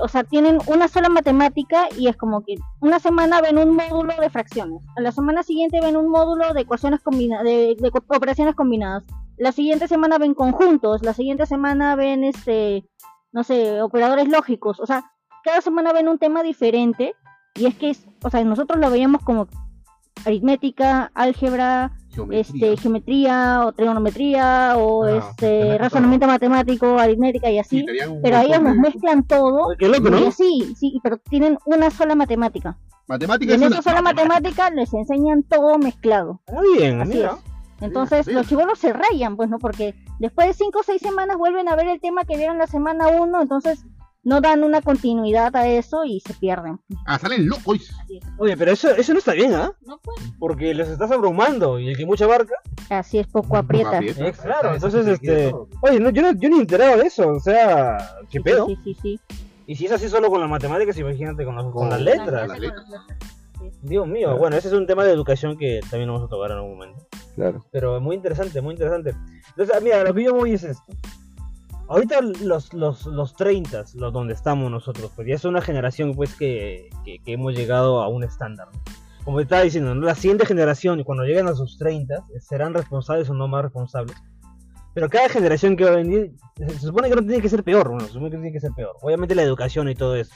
Speaker 3: O sea, tienen una sola matemática y es como que una semana ven un módulo de fracciones, a la semana siguiente ven un módulo de ecuaciones combina- de, de co- operaciones combinadas, la siguiente semana ven conjuntos, la siguiente semana ven este, no sé, operadores lógicos, o sea, cada semana ven un tema diferente y es que, es- o sea, nosotros lo veíamos como aritmética, álgebra,
Speaker 4: geometría.
Speaker 3: este, geometría o trigonometría o
Speaker 4: Ah,
Speaker 3: este
Speaker 4: claro.
Speaker 3: razonamiento matemático, aritmética y
Speaker 4: Sí,
Speaker 3: así,
Speaker 4: tenían un
Speaker 3: pero ahí
Speaker 4: montón
Speaker 3: ellos
Speaker 4: de-
Speaker 3: mezclan todo
Speaker 1: Oye, Qué loco,
Speaker 3: y
Speaker 1: ¿no?
Speaker 3: así, sí, pero tienen una sola matemática. Y
Speaker 4: Matemáticas
Speaker 3: en
Speaker 4: es
Speaker 3: esa
Speaker 4: una-
Speaker 3: sola matemática les enseñan todo mezclado.
Speaker 1: Muy bien,
Speaker 3: Así
Speaker 1: mira.
Speaker 3: Entonces
Speaker 4: sí.
Speaker 3: los chibolos se rayan, pues no, porque después de cinco o seis semanas vuelven a ver el tema que vieron la semana uno, entonces no dan una continuidad a eso y se pierden.
Speaker 4: Ah, salen locos.
Speaker 1: Oye, pero eso, eso no está bien, ¿ah?
Speaker 3: No puede.
Speaker 1: Porque los estás abrumando y el que mucha barca.
Speaker 3: Así es, poco aprieta.
Speaker 4: Aprieta.
Speaker 1: Eh, claro,
Speaker 4: Ahí está,
Speaker 1: entonces,
Speaker 4: se quiere
Speaker 1: este-
Speaker 4: todo.
Speaker 1: Oye, no, yo, no, yo ni he enterado de eso, o sea, ¿qué
Speaker 3: Sí,
Speaker 1: pedo?
Speaker 3: sí, sí, sí.
Speaker 1: Y si es así solo con las matemáticas, imagínate con, las- con
Speaker 4: Con
Speaker 1: las
Speaker 4: las
Speaker 1: letras.
Speaker 4: letras.
Speaker 1: Dios mío, bueno, ese es un tema de educación que también vamos a tocar en algún momento.
Speaker 2: Claro.
Speaker 1: Pero es muy interesante, muy interesante. Entonces, ah, mira, lo que yo voy es esto. Ahorita los, los, los 30, los donde estamos nosotros, pues ya es una generación pues que, que, que hemos llegado a un estándar. ¿no? Como te estaba diciendo, ¿no? la siguiente generación, cuando lleguen a sus 30, serán responsables o no más responsables. Pero cada generación que va a venir, se supone que no tiene que ser peor, bueno, se supone que tiene que ser peor. Obviamente la educación y todo eso.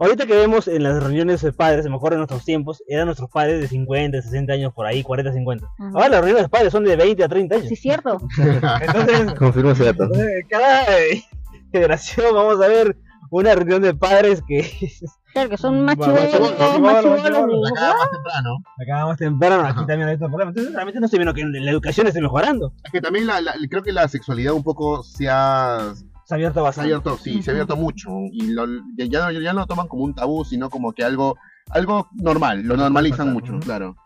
Speaker 1: Ahorita que vemos en las reuniones de padres, a lo mejor en nuestros tiempos, eran nuestros padres de 50, 60 años por ahí, 40, 50.
Speaker 3: Ajá.
Speaker 1: Ahora las reuniones de padres son de 20 a 30 años.
Speaker 3: Sí, es cierto.
Speaker 1: Entonces,
Speaker 2: Confirmo ese dato.
Speaker 1: entonces, cada eh, generación vamos a ver una reunión de padres que
Speaker 3: Claro, que son más
Speaker 1: Bueno,
Speaker 3: chibolos,
Speaker 4: más chibolos,
Speaker 3: más
Speaker 1: más
Speaker 3: chibolos,
Speaker 1: chibolos,
Speaker 3: ¿no?
Speaker 4: Acá más temprano.
Speaker 1: acá más temprano, aquí
Speaker 4: Ajá.
Speaker 1: también hay otro problema. Entonces, realmente no estoy viendo que la educación esté mejorando.
Speaker 4: Es que también la- la- creo que la sexualidad un poco se ha
Speaker 1: Se ha abierto
Speaker 4: se ha
Speaker 1: bastante.
Speaker 4: abierto, sí, se ha abierto mucho. Y lo- ya, ya no, ya no lo toman como un tabú, sino como que algo, algo normal, lo normalizan
Speaker 1: Normal,
Speaker 4: mucho,
Speaker 1: ujú.
Speaker 4: claro.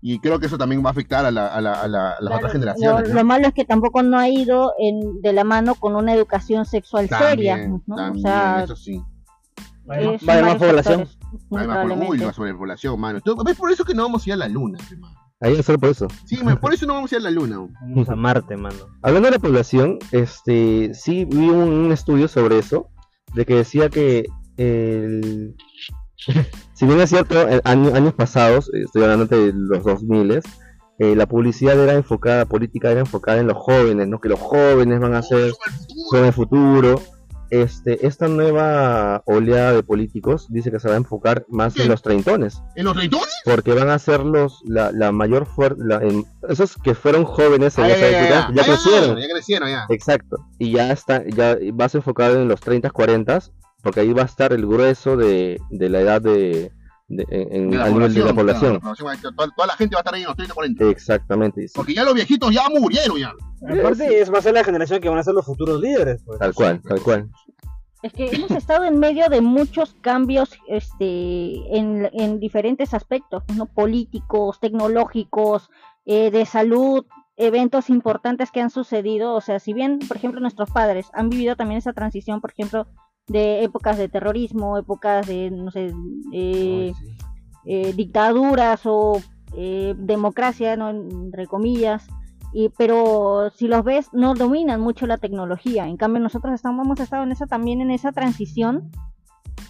Speaker 4: Y creo que eso también va a afectar a, la, a, la- a la- a las otras
Speaker 3: Claro,
Speaker 4: generaciones.
Speaker 3: Lo,
Speaker 4: ¿no?
Speaker 3: lo malo es que tampoco no ha ido en, de la mano con una educación sexual
Speaker 4: También,
Speaker 3: seria. ¿no?
Speaker 4: también,
Speaker 3: o sea,
Speaker 4: eso sí.
Speaker 1: Bueno,
Speaker 3: es
Speaker 5: Va a haber más
Speaker 3: varios
Speaker 5: población.
Speaker 3: factores, muy
Speaker 4: Además, por, uy,
Speaker 3: probablemente.
Speaker 4: la sobrepoblación, mano. Tú- ¿Ves por eso que no vamos a ir a la luna? pe, mano?
Speaker 2: Ahí solo por eso.
Speaker 4: Sí, man, por eso no vamos a ir a la luna.
Speaker 1: Vamos a Marte, mano.
Speaker 2: Hablando de la población, este, sí vi un, un estudio sobre eso, de que decía que el... si bien es cierto, en año- años pasados, eh, estoy hablando de los 2000, eh, la publicidad era enfocada, política era enfocada en los jóvenes, ¿no? que los jóvenes van a ser son el futuro. Este, esta nueva oleada de políticos dice que se va a enfocar más en
Speaker 4: Sí.
Speaker 2: los treintones,
Speaker 4: ¿En los reitones?
Speaker 2: porque van a ser los la, la mayor fuerza, esos que fueron jóvenes en
Speaker 4: Ah,
Speaker 2: esa época ya
Speaker 4: Ah,
Speaker 2: crecieron.
Speaker 4: Ya crecieron, ya.
Speaker 2: Exacto. Y ya está, ya vas enfocado en los 30, 40, porque ahí va a estar el grueso de, de la edad de, de- en- en-
Speaker 4: De la
Speaker 2: al nivel de la
Speaker 4: claro,
Speaker 2: población.
Speaker 4: la población va a estar- toda, toda la gente va a estar ahí en los 30, 40.
Speaker 2: Exactamente, sí,
Speaker 4: Porque ya los viejitos ya murieron, ya.
Speaker 1: Aparte, es, va a ser la generación que van a ser los futuros líderes. Pues.
Speaker 2: tal cual, tal cual.
Speaker 3: Es que hemos estado en medio de muchos cambios este, en, en diferentes aspectos, ¿no? políticos, tecnológicos, eh, de salud, eventos importantes que han sucedido. O sea, si bien, por ejemplo, nuestros padres han vivido también esa transición, por ejemplo, de épocas de terrorismo, épocas de, no sé, eh, eh, dictaduras o eh, democracia, ¿no? entre comillas. Y, pero si los ves, no dominan mucho la tecnología. En cambio, nosotros estamos, hemos estado en esa, también en esa transición,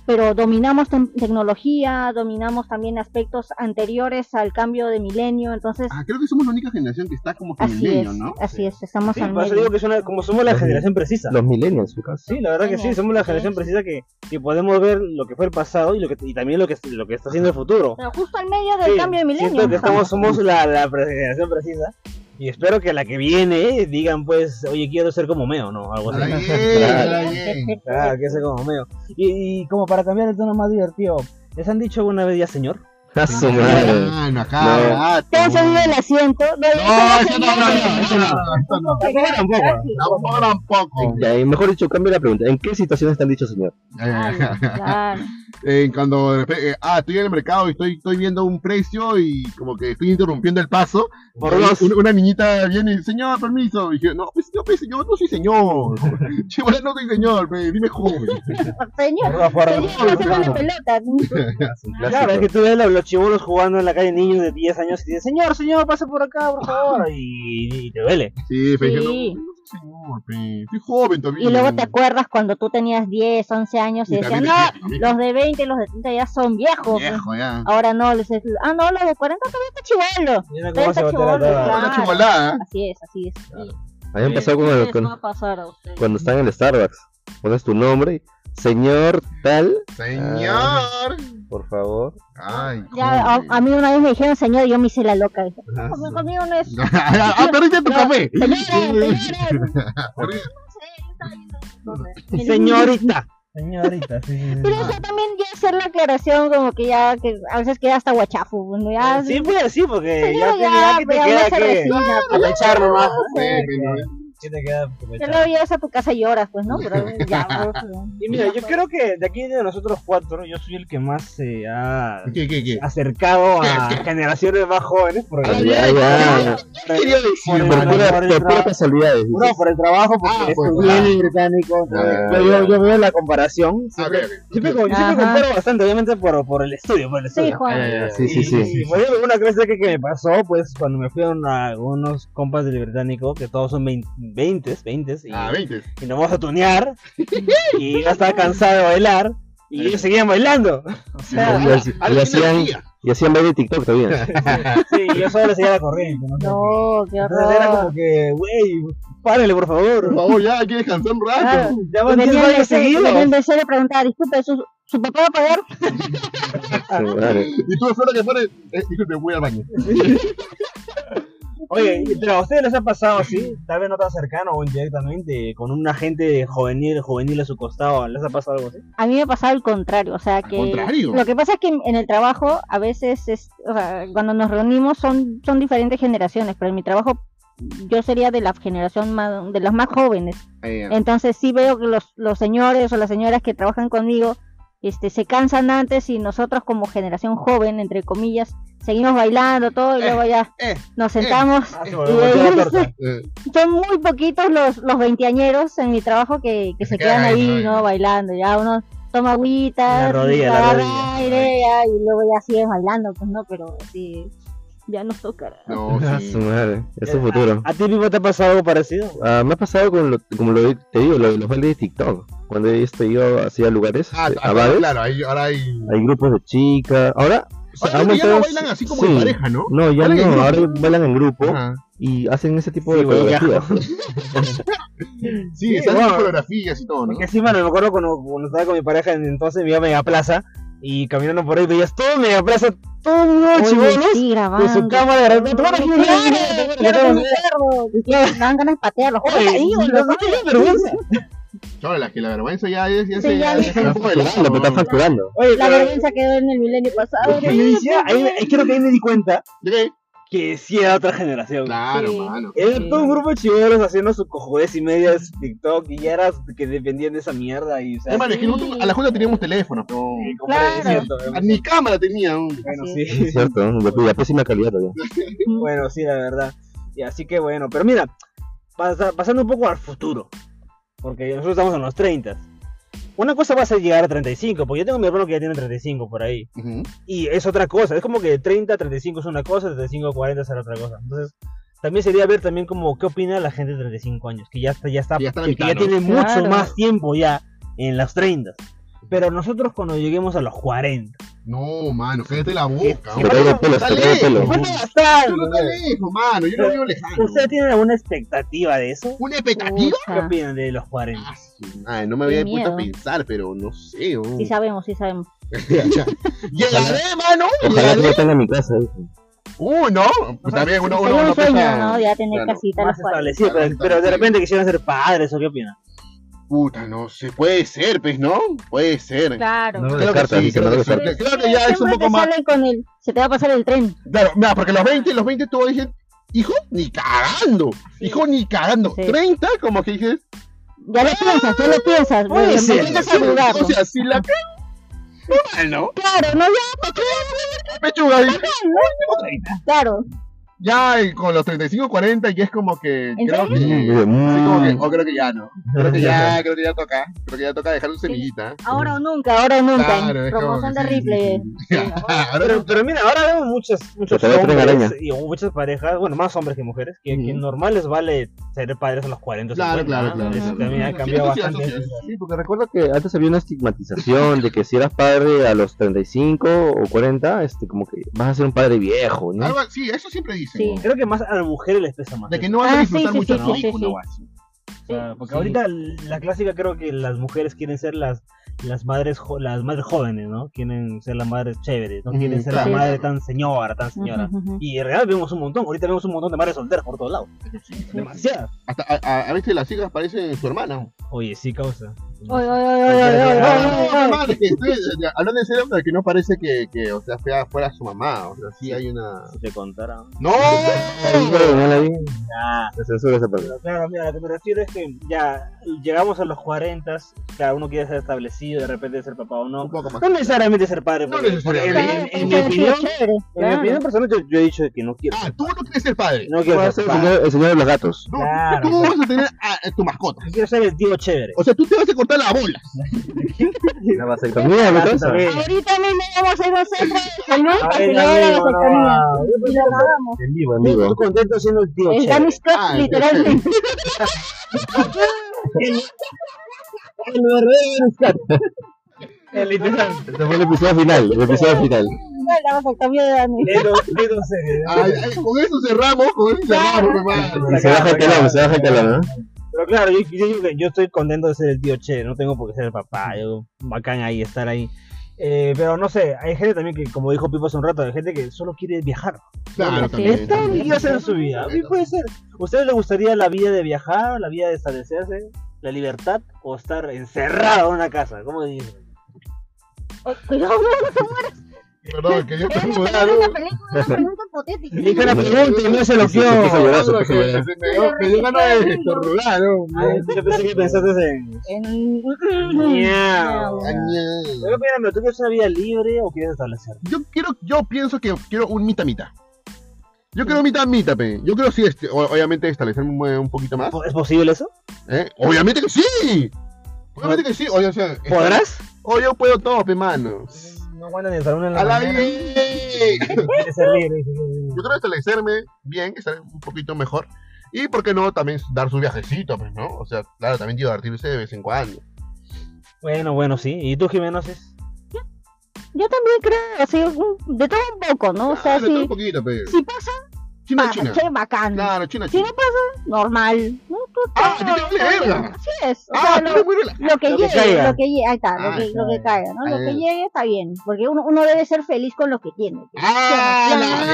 Speaker 3: pero dominamos tem- tecnología, dominamos también aspectos anteriores al cambio de milenio. Entonces,
Speaker 4: Ah, creo que somos la única generación que está como que en Ah, el
Speaker 3: así
Speaker 4: medio,
Speaker 3: es,
Speaker 4: ¿no?
Speaker 1: Sí.
Speaker 3: así es, estamos
Speaker 1: Sí,
Speaker 3: al
Speaker 4: pues,
Speaker 1: por eso
Speaker 3: medio.
Speaker 1: digo que es una- como somos la
Speaker 2: Los
Speaker 1: generación precisa.
Speaker 2: Los millennials, su caso.
Speaker 1: Sí, la verdad que sí, somos la generación precisa que, que podemos ver lo que fue el pasado y lo que y también lo que lo que está haciendo el futuro.
Speaker 3: Pero justo al medio del
Speaker 1: Sí,
Speaker 3: cambio de milenio.
Speaker 1: Siento que estamos somos la, la pre- generación precisa y espero que la que viene digan pues, oye, quiero ser como Meo, no, algo
Speaker 4: Ahora
Speaker 1: así.
Speaker 4: bien,
Speaker 2: Claro.
Speaker 4: ahora bien.
Speaker 1: Claro, quiero ser como Meo. Y, y como para cambiar el tono más divertido, ¿les han dicho alguna vez ya señor?
Speaker 2: A su madre.
Speaker 4: Ah, no, acá, rato.
Speaker 3: Todos en el asiento. de-
Speaker 4: No, eso no, no, no, eso no, eso no.
Speaker 1: Tampoco tampoco.
Speaker 4: Tampoco, tampoco.
Speaker 2: Ya, y mejor dicho, cambio la pregunta. ¿En qué situaciones te han dicho, señor?
Speaker 3: Ay, claro.
Speaker 4: Eh, cuando de repente, eh, ah, estoy en el mercado y estoy, estoy viendo un precio y como que estoy interrumpiendo el paso.
Speaker 1: Por
Speaker 4: Una-
Speaker 1: dos.
Speaker 4: Una, una niñita viene y dice, señor, permiso. Y dije, no, pues, no, pues, señor, no soy señor. Chibola, no soy señor, pe, dime joven.
Speaker 3: Señor,
Speaker 1: Por- por-
Speaker 3: señor, no se pone pelota.
Speaker 2: Es un clásico.
Speaker 1: Ah, Claro, es que tú ves a los chibolos jugando en la calle, niños de 10 años, y dicen, señor, señor, pase por acá, por favor. Y, y te duele.
Speaker 4: Sí, pe, dije,
Speaker 3: Sí.
Speaker 4: no, no soy señor, pe, soy joven todavía.
Speaker 3: Y luego te acuerdas cuando tú tenías 10, 11 años y,
Speaker 4: Y
Speaker 3: decían,
Speaker 4: también
Speaker 3: no,
Speaker 4: decía, "Amigo,
Speaker 3: los de 20 y los de 30 ya son viejos.
Speaker 4: viejo, ya.
Speaker 3: Ahora no, les decís, ah, no, los de 40 todavía está chivalo.
Speaker 1: Mira cómo se
Speaker 3: Está
Speaker 1: voltea la
Speaker 3: chibolo,
Speaker 1: cara.
Speaker 3: claro.
Speaker 4: Una chimolada.
Speaker 3: Así es, así es. Y
Speaker 2: A mí me pasó con,
Speaker 3: eso
Speaker 2: con-
Speaker 3: va a pasar a ustedes.
Speaker 2: cuando están en el Starbucks. Pones tu nombre, señor tal,
Speaker 4: Señor.
Speaker 2: por favor.
Speaker 4: Ay,
Speaker 3: Ya,
Speaker 1: Ah,
Speaker 3: ah, a, a mí una vez me dijeron, señor, y yo me hice la loca. Dije, "No,
Speaker 4: Ah,
Speaker 3: pues,
Speaker 4: sí.
Speaker 3: conmigo no es.
Speaker 4: ah, perdiste tu
Speaker 3: No,
Speaker 4: café.
Speaker 3: Señores, señores.
Speaker 4: Perdí-
Speaker 3: No sé, no sé.
Speaker 1: Señorita. Señorita, sí, sí, sí.
Speaker 3: Pero eso también ya hacer la aclaración como que ya, que a veces queda hasta guachafu. ¿no? Ya,
Speaker 1: Sí, pues sí, porque ya,
Speaker 3: señor,
Speaker 1: te, ya que te
Speaker 3: pero
Speaker 1: queda
Speaker 3: no se
Speaker 1: que
Speaker 3: resigna, pues.
Speaker 1: aprovechar nomás.
Speaker 4: Sí,
Speaker 1: Sí,
Speaker 4: pero-
Speaker 1: que te queda aprovechar.
Speaker 3: Ya lo llevas a tu casa y lloras, pues, ¿no? Pero ya, pues,
Speaker 1: Y mira, yo creo que de aquí de nosotros cuatro, yo soy el que más se ha
Speaker 4: ¿Qué, qué, qué?
Speaker 1: acercado a generaciones más jóvenes. Porque,
Speaker 4: Ah,
Speaker 2: Ay,
Speaker 4: ya,
Speaker 2: ay, ay.
Speaker 4: ¿Qué quería decir?
Speaker 1: Por
Speaker 2: Por
Speaker 1: Bueno,
Speaker 2: pura-
Speaker 1: por el
Speaker 2: por puras
Speaker 1: trabajo.
Speaker 2: casualidades.
Speaker 1: Uno por el trabajo, porque
Speaker 4: Ah, pues,
Speaker 1: estudié
Speaker 4: ah.
Speaker 1: en británico.
Speaker 2: Ah,
Speaker 1: yo,
Speaker 2: ya.
Speaker 1: yo- yo veo la comparación.
Speaker 4: A
Speaker 1: Siempre,
Speaker 4: ver,
Speaker 1: siempre, co- siempre
Speaker 3: Ajá.
Speaker 1: comparo bastante, obviamente, por, por el estudio. Por el
Speaker 3: Sí,
Speaker 1: estudio.
Speaker 3: Juan.
Speaker 2: Ah, Sí, sí, sí.
Speaker 1: Y, por ejemplo, una cosa que, que me pasó, pues, cuando me fueron a unos compas del británico, que todos son 20, 20, 20 y,
Speaker 4: a 20.
Speaker 1: y nos vamos a tunear, y yo estaba cansado de bailar, y ellos seguían bailando. O sea,
Speaker 2: Y así- y
Speaker 4: Algo que
Speaker 2: hacían,
Speaker 4: no hacía.
Speaker 2: Y hacían baile de TikTok también.
Speaker 1: Sí, yo solo le seguía la corriente. ¿no?
Speaker 3: No, qué
Speaker 1: Entonces era como
Speaker 3: horror.
Speaker 1: que, güey, párale, por
Speaker 4: Por
Speaker 1: favor.
Speaker 4: favor, ya, hay que descansar un
Speaker 1: Ah,
Speaker 4: rato.
Speaker 1: ya
Speaker 3: Y
Speaker 1: van 10
Speaker 3: venía el
Speaker 1: años
Speaker 3: DC, y
Speaker 1: seguidos.
Speaker 3: venía el DC le preguntaba, disculpe, ¿su, su papá va a pagar?
Speaker 2: Sí, claro.
Speaker 4: Y tú espera que fuera. Eh, disculpe, voy al baño.
Speaker 1: Oye, y- pero a ustedes les ha pasado así, tal vez no tan cercano o indirectamente, con un agente juvenil, juvenil a su costado, ¿les ha pasado algo así?
Speaker 3: A mí me pasaba el contrario, o sea que...
Speaker 4: contrario.
Speaker 3: Lo que pasa es que en el trabajo a veces, es, o sea, cuando nos reunimos son, son diferentes generaciones, pero en mi trabajo yo sería de la generación más, de los más jóvenes.
Speaker 4: Eh,
Speaker 3: Entonces sí veo que los, los señores o las señoras que trabajan conmigo este, se cansan antes y nosotros como generación joven, entre comillas, seguimos bailando todo y
Speaker 4: Eh,
Speaker 3: luego ya
Speaker 4: eh,
Speaker 3: nos sentamos.
Speaker 1: Ah, se
Speaker 3: Y
Speaker 1: volvió
Speaker 3: de
Speaker 1: la
Speaker 3: ahí
Speaker 1: torta.
Speaker 4: eh,
Speaker 3: son muy poquitos los, los veinteañeros en mi trabajo que, que se quedan ahí, ¿no? Bailando, ya uno toma agüita,
Speaker 1: La rodilla, la
Speaker 3: agarra
Speaker 1: rodilla.
Speaker 3: aire, ya, y luego ya sigues bailando, pues no, pero sí, ya nos toca.
Speaker 4: no,
Speaker 2: Ah,
Speaker 4: sí.
Speaker 2: su madre, Es su futuro.
Speaker 1: ¿A ti mismo te ha pasado algo parecido?
Speaker 2: Ah, me ha pasado con lo, como lo, te digo, lo de los bailes de TikTok. Cuando he este, ido hacia lugares,
Speaker 4: Ah,
Speaker 2: este, a
Speaker 4: ah,
Speaker 2: bares,
Speaker 4: claro, ahí, ahora hay.
Speaker 2: hay grupos de chicas. Ahora,
Speaker 4: Ahora
Speaker 2: ha
Speaker 4: creo que ya no
Speaker 2: aumentado-
Speaker 4: bailan así como
Speaker 2: sí.
Speaker 4: en pareja, ¿no? Ah,
Speaker 2: No, ya
Speaker 4: Bailan en
Speaker 2: no,
Speaker 4: grupo.
Speaker 2: ahora bailan en grupo
Speaker 4: Ajá.
Speaker 2: y hacen ese tipo
Speaker 1: Sí,
Speaker 2: de
Speaker 1: güey, ya.
Speaker 2: coreografías.
Speaker 4: Sí,
Speaker 1: Sí,
Speaker 4: están
Speaker 1: bueno.
Speaker 4: en coreografías y todo, ¿no?
Speaker 1: Porque sí, mano, me acuerdo cuando, cuando estaba con mi pareja, en- entonces me iba a Megaplaza y caminando por ahí veías todo Megaplaza, todo el mundo de chibolos, con su cámara grande. ¡Claro, sí, claro, claro, claro!
Speaker 3: Me dan ganas de patearlos.
Speaker 1: Oye, no, no, no, qué vergüenza.
Speaker 4: Claro, la que la vergüenza ya es. Ya
Speaker 3: Sí,
Speaker 4: se,
Speaker 3: ya
Speaker 4: ya
Speaker 3: es-
Speaker 4: se escapó del
Speaker 2: Facturando,
Speaker 4: lado,
Speaker 2: pero están
Speaker 4: ¿no?
Speaker 2: facturando.
Speaker 1: Oye,
Speaker 3: La
Speaker 1: pero-
Speaker 3: vergüenza quedó en el milenio pasado.
Speaker 1: es que yo decía, ahí me- creo que ahí me di cuenta
Speaker 4: ¿De qué?
Speaker 1: que sí era otra generación.
Speaker 4: Claro,
Speaker 3: Sí.
Speaker 4: mano.
Speaker 1: Era
Speaker 3: Sí.
Speaker 1: todo un grupo de chibolos haciendo su cojudez y medias TikTok y ya eras que dependían de esa mierda y o sea,
Speaker 4: Es más, es que nosotros a la junta teníamos teléfono, pero.
Speaker 1: sí, como
Speaker 3: Claro.
Speaker 1: es cierto, ¿no?
Speaker 4: Ni cámara tenía. ¿no?
Speaker 1: Bueno,
Speaker 3: Así
Speaker 1: sí.
Speaker 2: Es cierto, ¿no? de, de pésima calidad todavía.
Speaker 1: Bueno, sí, la verdad. Y así que bueno, pero mira, pasa- pasando un poco al futuro, porque nosotros estamos en los 30. Una cosa va a ser llegar a 35, porque yo tengo mi hermano que ya tiene 35 por ahí.
Speaker 4: Ujú.
Speaker 1: Y es otra cosa, es como que 30, 35 es una cosa, 35, 40 será otra cosa. Entonces, también sería ver también como qué opina la gente de 35 años, que ya está, ya está,
Speaker 4: Que ya está la
Speaker 1: que
Speaker 4: mitad,
Speaker 1: ya
Speaker 4: ¿no?
Speaker 1: tiene mucho
Speaker 3: Claro.
Speaker 1: más tiempo ya en los 30. Pero nosotros cuando lleguemos a los 40,
Speaker 4: No, mano, cállate la boca.
Speaker 1: Sí,
Speaker 2: Te
Speaker 4: ¿no?
Speaker 2: traigo pelos, te traigo pelos.
Speaker 4: Bueno,
Speaker 1: estar?
Speaker 4: Yo no te lejos, mano. Yo Ah, no
Speaker 1: Pero-
Speaker 4: veo lejano.
Speaker 1: ¿Ustedes tienen alguna expectativa de eso?
Speaker 4: ¿Una expectativa?
Speaker 1: ¿Qué
Speaker 3: Ah.
Speaker 1: opinan de los 40?
Speaker 4: Ah, su madre, no me había
Speaker 3: Qué
Speaker 4: puesto a
Speaker 3: miedo.
Speaker 4: pensar, pero no sé. oh. ¿no?
Speaker 3: Sí sabemos, sí sabemos.
Speaker 4: Llegaré, mano.
Speaker 2: Ojalá que
Speaker 4: Llegaré.
Speaker 2: no tengan en mi casa. ¿eh?
Speaker 4: Uh, no. Pues también uno, uno,
Speaker 3: Sería
Speaker 4: uno
Speaker 3: un sueño,
Speaker 4: piensa-
Speaker 3: ¿no? Ya tener
Speaker 4: Claro.
Speaker 3: casita a los
Speaker 1: Más
Speaker 3: cuatro.
Speaker 1: establecido, pero, pero de repente quisieran ser padres, ¿o qué opinan?
Speaker 4: Puta, no sé. Puede ser, pues, ¿no? Puede ser.
Speaker 3: Claro.
Speaker 2: No
Speaker 4: Claro que
Speaker 2: descartan,
Speaker 4: sí,
Speaker 2: dicen, no
Speaker 4: claro que sí.
Speaker 2: descartan.
Speaker 4: Creo- creo que ya es un
Speaker 3: Pues Siempre
Speaker 4: poco
Speaker 3: te
Speaker 4: más-
Speaker 3: salen con el, se te va a pasar el tren.
Speaker 4: Claro, mira, porque los 20, los 20 tú dices, hijo, ni cagando. Hijo, ni cagando.
Speaker 3: Sí.
Speaker 4: 30, como que dices,
Speaker 3: Ya lo piensas,
Speaker 4: Ah,
Speaker 3: ya lo piensas.
Speaker 1: Puede
Speaker 3: William,
Speaker 1: ser.
Speaker 3: no
Speaker 4: o
Speaker 3: vengas a
Speaker 4: sea,
Speaker 3: dudarlo.
Speaker 4: o sea, si la cago, no, mano.
Speaker 3: Claro, no, ya, ¿para qué?
Speaker 4: Pechuga, y-
Speaker 3: Claro,
Speaker 4: ya y con los 35, 40, ya es como que,
Speaker 3: ¿En
Speaker 4: creo que,
Speaker 2: Mm,
Speaker 4: sí, como que,
Speaker 2: mm.
Speaker 4: o creo que ya no. Creo que ya, creo que ya toca, creo que ya toca dejar un semillita.
Speaker 3: ahora o nunca, ahora o nunca.
Speaker 4: Claro, es como
Speaker 3: Promoción
Speaker 4: que
Speaker 3: de
Speaker 4: sí,
Speaker 3: rifle.
Speaker 4: sí, sí. Ahora
Speaker 1: Pero, pero mira, ahora vemos muchas, muchos
Speaker 2: Te va a traer
Speaker 1: hombres
Speaker 2: araña.
Speaker 1: y o muchas parejas, bueno, más hombres que mujeres, que, que
Speaker 4: Mm.
Speaker 1: normal les vale ser padres a los 40. o
Speaker 4: Claro,
Speaker 1: 50,
Speaker 4: claro,
Speaker 1: ¿no?
Speaker 4: claro.
Speaker 1: Eso también ha
Speaker 4: Sí,
Speaker 1: cambiado
Speaker 4: eso sí, eso
Speaker 1: bastante.
Speaker 4: sí, eso sí.
Speaker 2: Sí, porque recuerdo que antes había una estigmatización de que si eras padre a los 35 o 40, este, como que vas a ser un padre viejo, ¿no?
Speaker 1: Ah,
Speaker 4: Algo así, eso siempre dicen.
Speaker 3: Sí.
Speaker 1: Creo que más a las mujeres les pesa más.
Speaker 4: De que
Speaker 1: eso.
Speaker 4: no van a
Speaker 3: Ah,
Speaker 4: disfrutar
Speaker 3: sí, sí,
Speaker 4: mucho,
Speaker 3: sí,
Speaker 4: ¿no?
Speaker 3: sí, sí,
Speaker 4: Una
Speaker 3: sí.
Speaker 4: guay así.
Speaker 1: O sea, porque
Speaker 4: Sí.
Speaker 1: ahorita la clásica creo que las mujeres quieren ser las las madres jo- las madres jóvenes, ¿no? Quieren ser las madres chéveres, no
Speaker 4: Mm,
Speaker 1: quieren ser
Speaker 4: claro.
Speaker 1: la madre tan señora, tan señora.
Speaker 3: Ujú, ujú.
Speaker 1: Y en realidad vemos un montón, ahorita vemos un montón de madres solteras por todos lados. Demasiadas.
Speaker 4: Hasta a, a- a veces las chicas parecen su hermana.
Speaker 1: Oye, sí, causa.
Speaker 3: Oy, oy, oy, oy, oy, oy,
Speaker 4: No,
Speaker 3: oy,
Speaker 4: no,
Speaker 3: oy,
Speaker 4: no,
Speaker 3: oy.
Speaker 4: no, es que estoy- ya, Hablando en serio, pero que no parece que, que o sea, fuera, fuera su mamá. O sea, sí hay una.
Speaker 1: Si te contara.
Speaker 4: ¡No!
Speaker 2: Ay, no, no la vi.
Speaker 1: Ah,
Speaker 2: Se censura esa parte.
Speaker 1: Pero claro, mira, lo que me refiero es que ya llegamos a los 40, cada uno quiere ser establecido, de repente ser papá o no.
Speaker 4: Un poco más.
Speaker 1: No necesariamente ser padre,
Speaker 4: No
Speaker 1: porque
Speaker 4: necesariamente.
Speaker 1: en- en- en mi opinión,
Speaker 3: Chévere,
Speaker 1: en mi
Speaker 3: claro.
Speaker 1: opinión personal yo, yo he dicho que no quiero.
Speaker 4: Ah, tú no quieres ser padre.
Speaker 1: No
Speaker 2: Voy
Speaker 1: quiero
Speaker 2: a ser
Speaker 1: ser
Speaker 2: el
Speaker 1: padre.
Speaker 2: señor, el señor de los gatos.
Speaker 4: No,
Speaker 1: Claro.
Speaker 4: tú vas a tener a, a tu mascota.
Speaker 1: Yo Quiero ser el tío chévere.
Speaker 4: O sea, tú te vas a cortar las bolas.
Speaker 2: La vasectomía, ¿no?
Speaker 1: Ah, Está bien.
Speaker 3: Ahorita mismo vamos a ir a un centro de salud
Speaker 1: A ver,
Speaker 3: para Ah, que le haga la
Speaker 1: amigo, no,
Speaker 3: vasectomía.
Speaker 1: no, yo
Speaker 3: Y lo hagamos.
Speaker 2: En vivo, en
Speaker 1: Estoy
Speaker 2: vivo.
Speaker 1: contento siendo el tío
Speaker 3: El
Speaker 1: chévere.
Speaker 3: Danny Scott,
Speaker 4: Ah,
Speaker 3: literalmente.
Speaker 1: El verdadero Scott. El literal.
Speaker 2: Este fue el episodio final, el episodio final.
Speaker 3: suelta por cambio de edad. ¿no?
Speaker 1: Dedo, dedo serio.
Speaker 4: Ay, ay, con eso cerramos, con eso cerramos, pues, hermano.
Speaker 2: Se baja el calón, se baja el calón, ¿no?
Speaker 1: Pero claro, yo, yo digo que yo estoy contento de ser el tío Che, no tengo por qué ser el papá, yo bacán ahí, estar ahí. Eh, pero no sé, hay gente también que, como dijo Pipo hace un rato, hay gente que solo quiere viajar.
Speaker 4: Claro,
Speaker 3: Así
Speaker 4: también.
Speaker 1: Todo lo
Speaker 3: es.
Speaker 1: que
Speaker 4: también.
Speaker 1: quiere hacer en su vida, sí,
Speaker 3: pues,
Speaker 1: puede ser. ¿Ustedes les gustaría la vida de viajar, la vida de establecerse, la libertad o estar encerrado en una casa? ¿Cómo dicen?
Speaker 3: Ay, Cuidado, no, no te mueras.
Speaker 4: Perdón, que yo
Speaker 3: Es
Speaker 4: te
Speaker 3: una
Speaker 4: juro
Speaker 3: película,
Speaker 4: algo.
Speaker 3: una película, una pregunta hipotética.
Speaker 1: Elige la
Speaker 2: no,
Speaker 1: pregunta y no se lo
Speaker 2: Sí, sí, sí,
Speaker 1: quiero.
Speaker 2: sí, sí,
Speaker 4: Algo que se
Speaker 2: Pedazo,
Speaker 4: Me dio- me dio ganas de estornudar, ¿no?
Speaker 1: Yo pensé que pensaste en.
Speaker 3: En-
Speaker 1: Miau.
Speaker 4: Añe.
Speaker 1: Pero mira, ¿tú quieres una vida libre o quieres establecer?
Speaker 4: yo quiero, yo pienso que quiero un mitad mitad. Yo quiero mitad mitad, pe. Yo quiero sí, este, o- obviamente establecerme un- un poquito más.
Speaker 1: ¿Es posible eso?
Speaker 4: ¿eh? Obviamente que sí. Obviamente que sí. Oye, o sea,
Speaker 1: ¿Podrás?
Speaker 4: O yo puedo todo, pe mano.
Speaker 1: No aguantan ni estar una en la
Speaker 4: A la
Speaker 1: mañana.
Speaker 4: bien.
Speaker 1: Quieres ser libre.
Speaker 4: Yo quiero establecerme bien, estar un poquito mejor. Y por qué no también dar su viajecito, pues, ¿no? O sea, claro, también divertirse de vez en cuando.
Speaker 1: Bueno, bueno, sí. ¿Y tú, Jimeno? sí?
Speaker 3: Yo también creo, así, un- de todo un poco, ¿no? O sea,
Speaker 4: Claro, Ah, todo un
Speaker 3: si,
Speaker 4: poquito, pe.
Speaker 3: si pasa,
Speaker 4: China,
Speaker 3: pasa,
Speaker 4: China.
Speaker 3: che, bacán.
Speaker 4: Claro, China,
Speaker 3: Si
Speaker 4: China.
Speaker 3: no pasa, normal. No, tú,
Speaker 4: Ah,
Speaker 3: tú-
Speaker 4: yo te vale verga.
Speaker 3: Así es. O
Speaker 4: Ah,
Speaker 3: sea,
Speaker 4: tú
Speaker 3: lo,
Speaker 4: te mueres la-
Speaker 3: lo que
Speaker 1: Lo que
Speaker 3: llegue,
Speaker 1: caiga.
Speaker 3: lo que llegue, ahí está, lo
Speaker 4: Ah,
Speaker 3: que, lo que
Speaker 1: está
Speaker 3: caiga, ¿no? Lo que
Speaker 4: Ahí.
Speaker 3: llegue está bien, porque uno, uno debe ser feliz con lo que tiene.
Speaker 4: Ah, la verga.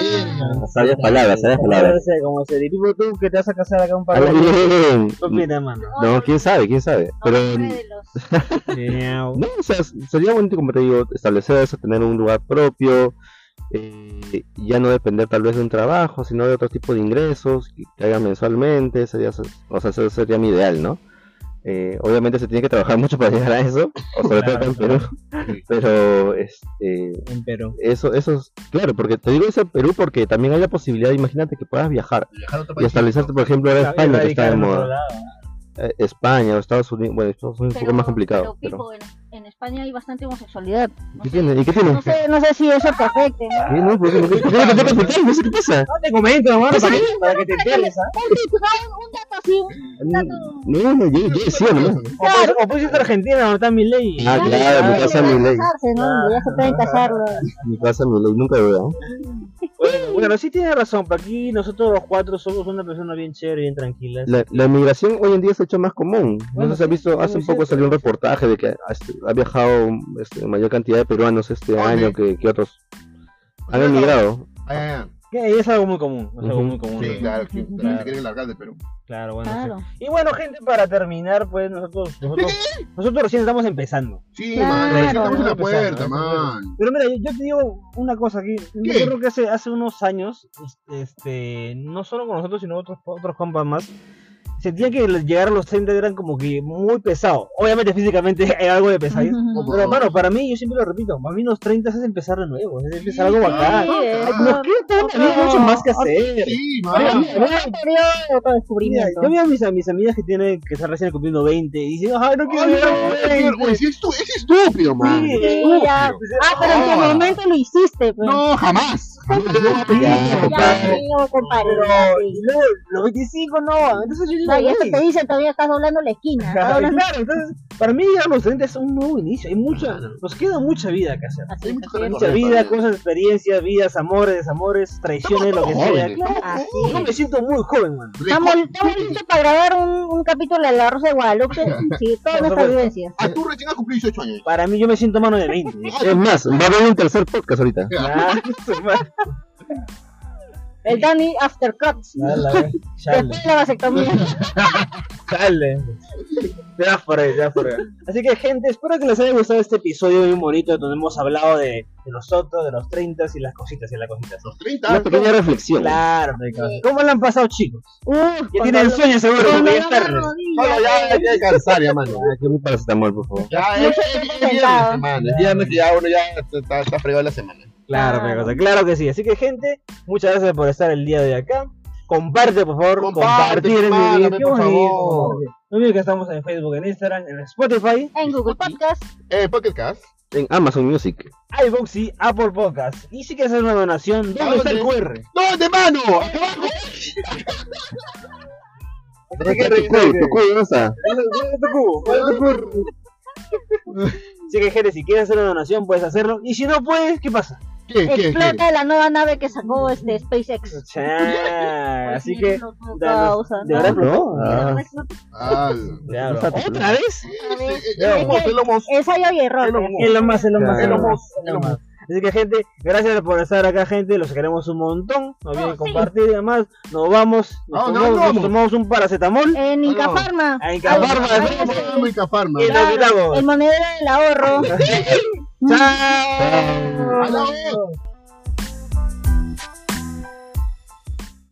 Speaker 2: Ah, Sabias palabras, sabias
Speaker 1: No
Speaker 2: palabras.
Speaker 1: sé cómo ser. Y tipo tú que te vas a casar acá un par de
Speaker 2: Algo
Speaker 1: años.
Speaker 2: bien.
Speaker 1: ¿Qué opinas, mano?
Speaker 2: No, quién sabe, quién sabe. Pero
Speaker 3: Hombre de los-
Speaker 1: Miau.
Speaker 2: no, o sea, sería bonito, como te digo, establecer eso, tener un lugar propio, eh, ya no depender tal vez de un trabajo, sino de otro tipo de ingresos que, que hagan mensualmente, sería, o sea, eso sería mi ideal, ¿no? Eh, obviamente se tiene que trabajar mucho para llegar a eso, o sobre todo acá en Perú, pero este,
Speaker 1: En Perú.
Speaker 2: eso, eso es claro, porque te digo eso en Perú porque también hay la posibilidad, imagínate que puedas viajar
Speaker 4: Viajar a
Speaker 2: y
Speaker 4: otro país.
Speaker 2: establecerte, por ejemplo, ahora España Pues, que está de
Speaker 1: en otro
Speaker 2: moda,
Speaker 1: lado.
Speaker 2: Eh, España o Estados Unidos, bueno, Estados Unidos es un poco más complicado, pero
Speaker 3: pero, Pipo, en, en España hay bastante homosexualidad. No
Speaker 2: ¿qué
Speaker 3: sé,
Speaker 2: tiene? ¿Y qué tiene?
Speaker 3: no sé, no sé si eso te afecte. ¿no?
Speaker 2: ¿Qué? No, ¿Por qué? ¿Por qué? ¿Por qué no te toca explicar? No sé qué pasa.
Speaker 1: No te comento,
Speaker 4: Pues,
Speaker 1: hermano, para, que- para que te enteres, ¿ah?
Speaker 3: Un tip, ¿no? Un dato así, un-
Speaker 2: No, no, no, yo, yo decía nomás.
Speaker 1: O puedes- O puedes irte a Argentina donde está mi ley.
Speaker 2: Ah, claro, mi casa, mi ley.
Speaker 3: casarse, ¿no? Ya se pueden casar los-
Speaker 2: Mi casa, mi ley, nunca veo. ¿eh?
Speaker 1: Bueno, bueno, sí tienes razón, pero aquí nosotros los cuatro somos una persona bien chévere, bien tranquila.
Speaker 2: La, la migración hoy en día se ha hecho más común. No
Speaker 1: Bueno,
Speaker 2: sé si has
Speaker 1: sí,
Speaker 2: visto,
Speaker 1: sí,
Speaker 2: hace
Speaker 1: es
Speaker 2: un poco
Speaker 1: cierto.
Speaker 2: salió un reportaje de que ha, ha viajado este, mayor cantidad de peruanos este
Speaker 4: Ah,
Speaker 2: año
Speaker 4: sí.
Speaker 2: que, que otros. Han
Speaker 4: Claro.
Speaker 2: emigrado.
Speaker 4: Ah,
Speaker 1: Que es algo muy común, es algo
Speaker 2: Ujú.
Speaker 1: muy común.
Speaker 4: Sí,
Speaker 1: ¿no?
Speaker 4: claro, que
Speaker 1: Claro.
Speaker 4: te quieren largar de Perú.
Speaker 1: Claro, bueno. sí.
Speaker 3: Claro.
Speaker 1: Y bueno, gente, para terminar, pues nosotros, nosotros, nosotros recién estamos empezando.
Speaker 4: Sí,
Speaker 3: Claro.
Speaker 4: man, recién estamos en la
Speaker 1: Empezando,
Speaker 4: puerta,
Speaker 1: empezando.
Speaker 4: man.
Speaker 1: Pero mira, yo- yo te digo una cosa aquí. Yo
Speaker 4: ¿Qué?
Speaker 1: creo que hace, hace unos años, este, no solo con nosotros, sino otros, otros compas más, sentía que los- llegar a los 30 eran como que muy pesado. Obviamente físicamente hay algo de pesadez.
Speaker 3: Ujú.
Speaker 1: Pero hermano, para mí, yo siempre lo repito, para mí los 30 es empezar de nuevo, es empezar algo bacán.
Speaker 3: Sí,
Speaker 4: Ay,
Speaker 3: es
Speaker 4: Eh, no,
Speaker 1: Nos
Speaker 3: otro-
Speaker 1: queda todavía
Speaker 3: otro-
Speaker 1: mucho más que hacer.
Speaker 4: Ah, Sí,
Speaker 1: Pero,
Speaker 4: man.
Speaker 1: mira, mira,
Speaker 3: otro periodo de
Speaker 1: Mira,
Speaker 3: autodescubrimiento.
Speaker 1: yo veo a mis, a mis amigas que tienen que están recién cumpliendo 20 y dicen, ay, no quiero
Speaker 4: Ay,
Speaker 1: llegar
Speaker 4: no,
Speaker 1: a
Speaker 4: es
Speaker 1: 20.
Speaker 4: que- oye, sí, estu- es estúpido, man.
Speaker 1: Sí,
Speaker 4: Es
Speaker 3: Sí, ya.
Speaker 1: pues,
Speaker 4: estúpido.
Speaker 3: Ah, pero en tu
Speaker 4: No.
Speaker 3: momento lo hiciste, pues.
Speaker 4: No, jamás. Jamás. Yo voy a pedir
Speaker 2: Ya,
Speaker 4: eso,
Speaker 3: Ya,
Speaker 4: compadre.
Speaker 3: sí, no, compadre,
Speaker 1: Pero
Speaker 3: ya,
Speaker 1: y
Speaker 3: sí.
Speaker 1: luego, los 25 no, entonces yo digo,
Speaker 3: No, y eso
Speaker 1: "Uy".
Speaker 3: te dice, todavía estás doblando la esquina. estás
Speaker 1: Claro,
Speaker 3: doblando-
Speaker 1: claro, entonces, para mí llegar a los 30 es un nuevo inicio, hay mucha, nos queda mucha vida que hacer.
Speaker 3: Así,
Speaker 4: Hay muchas
Speaker 3: así
Speaker 4: cosas
Speaker 3: es.
Speaker 1: Mucha
Speaker 4: Correcto,
Speaker 1: vida,
Speaker 4: bien.
Speaker 1: cosas, experiencias, vidas, amores, desamores, traiciones, lo que sea.
Speaker 4: Jóvenes.
Speaker 1: Claro,
Speaker 3: Así
Speaker 1: Yo me siento muy joven, man.
Speaker 3: Estamos, estamos listos para grabar un, un capítulo de La Rosa de Guadalupe. Sí, todas
Speaker 1: Por
Speaker 3: nuestras
Speaker 1: supuesto.
Speaker 3: vivencias.
Speaker 4: Ah, tú recién has cumplido 18 años.
Speaker 1: Para mí yo me siento mano de 20.
Speaker 2: Es más, va a haber un tercer podcast ahorita.
Speaker 1: Ah, su madre.
Speaker 3: El Danny Aftercuts.
Speaker 1: Ah, la vez. Chale,
Speaker 3: Después de la vasectomía.
Speaker 1: chale. Te das por ahí, te das por ahí. Así que gente, espero que les haya gustado este episodio bien bonito donde hemos hablado de, de nosotros, de los 30 y las cositas y las cositas.
Speaker 4: Los 30.
Speaker 2: Una pequeña reflexión.
Speaker 1: Claro, ¿cómo la han pasado chicos?
Speaker 3: Uf,
Speaker 1: Ya tienen sueño seguro,
Speaker 3: cuando
Speaker 1: porque ya
Speaker 3: yo
Speaker 1: es
Speaker 3: me
Speaker 1: tarde.
Speaker 4: Bueno, ya, ya
Speaker 3: arrodillé,
Speaker 4: hay que descansar, ya, mano.
Speaker 2: Ah, que muy paracetamol, por favor.
Speaker 4: Ya,
Speaker 3: Mucho
Speaker 4: es, es,
Speaker 3: tiempo
Speaker 4: es viernes,
Speaker 3: sentado.
Speaker 4: hermano. Es viernes que ya uno ya está, está fregado la semana.
Speaker 1: Claro,
Speaker 3: Claro.
Speaker 1: Pecosa, claro que sí. Así que, gente, muchas gracias por estar el día de acá. Comparte, por favor,
Speaker 4: Comparte,
Speaker 1: compartir
Speaker 4: mándame,
Speaker 1: el video.
Speaker 4: por
Speaker 1: Qué bonito,
Speaker 4: favor.
Speaker 1: compartir. No olviden que estamos en Facebook, en Instagram, en Spotify,
Speaker 3: En Google Podcast.
Speaker 4: Eh, Pocket Cast.
Speaker 2: En Amazon Music.
Speaker 1: iVoox y Apple Podcasts. Y si quieres hacer una donación, ¿dónde está el QR?
Speaker 4: ¿Dónde, mano? Acá abajo.
Speaker 2: Tu culo, tu culo, ¿dónde está?
Speaker 1: Así que, gente, si quieres hacer una donación, puedes hacerlo. Y si no puedes, pues, ¿qué pasa?
Speaker 4: ¿Qué, qué, qué?
Speaker 3: Explota la nueva nave que sacó este SpaceX.
Speaker 1: Chá,
Speaker 3: Pues
Speaker 1: así
Speaker 3: sí,
Speaker 1: que.
Speaker 3: no, no
Speaker 1: da- no-
Speaker 3: causa,
Speaker 1: de
Speaker 3: ¿no?
Speaker 1: verdad,
Speaker 2: No, ah,
Speaker 4: Ah,
Speaker 1: Ya,
Speaker 2: no está
Speaker 1: bro.
Speaker 2: tan-
Speaker 1: ¿Otra vez?
Speaker 4: Elon Musk, Elon Musk.
Speaker 3: Es hay y error.
Speaker 4: Elon
Speaker 3: ¿eh?
Speaker 4: Musk.
Speaker 1: Elon Musk, Elon Musk,
Speaker 2: Claro.
Speaker 1: Elon Musk, Elon Musk. Así que gente, gracias por estar acá gente, los queremos un montón, no olviden
Speaker 3: sí.
Speaker 1: compartir y además, nos vamos, nos,
Speaker 4: Ah, no,
Speaker 1: tomamos,
Speaker 4: no
Speaker 1: nos
Speaker 4: vamos.
Speaker 1: tomamos un paracetamol
Speaker 3: En Incafarma.
Speaker 1: Ah, Incafarma,
Speaker 4: Cafarma,
Speaker 3: Ay,
Speaker 1: Elon
Speaker 4: Elon
Speaker 1: Musk.
Speaker 3: sí.
Speaker 4: Musk, Cafarma.
Speaker 1: y nos miramos.
Speaker 3: El monedero del ahorro.
Speaker 1: Chao.
Speaker 4: Chao.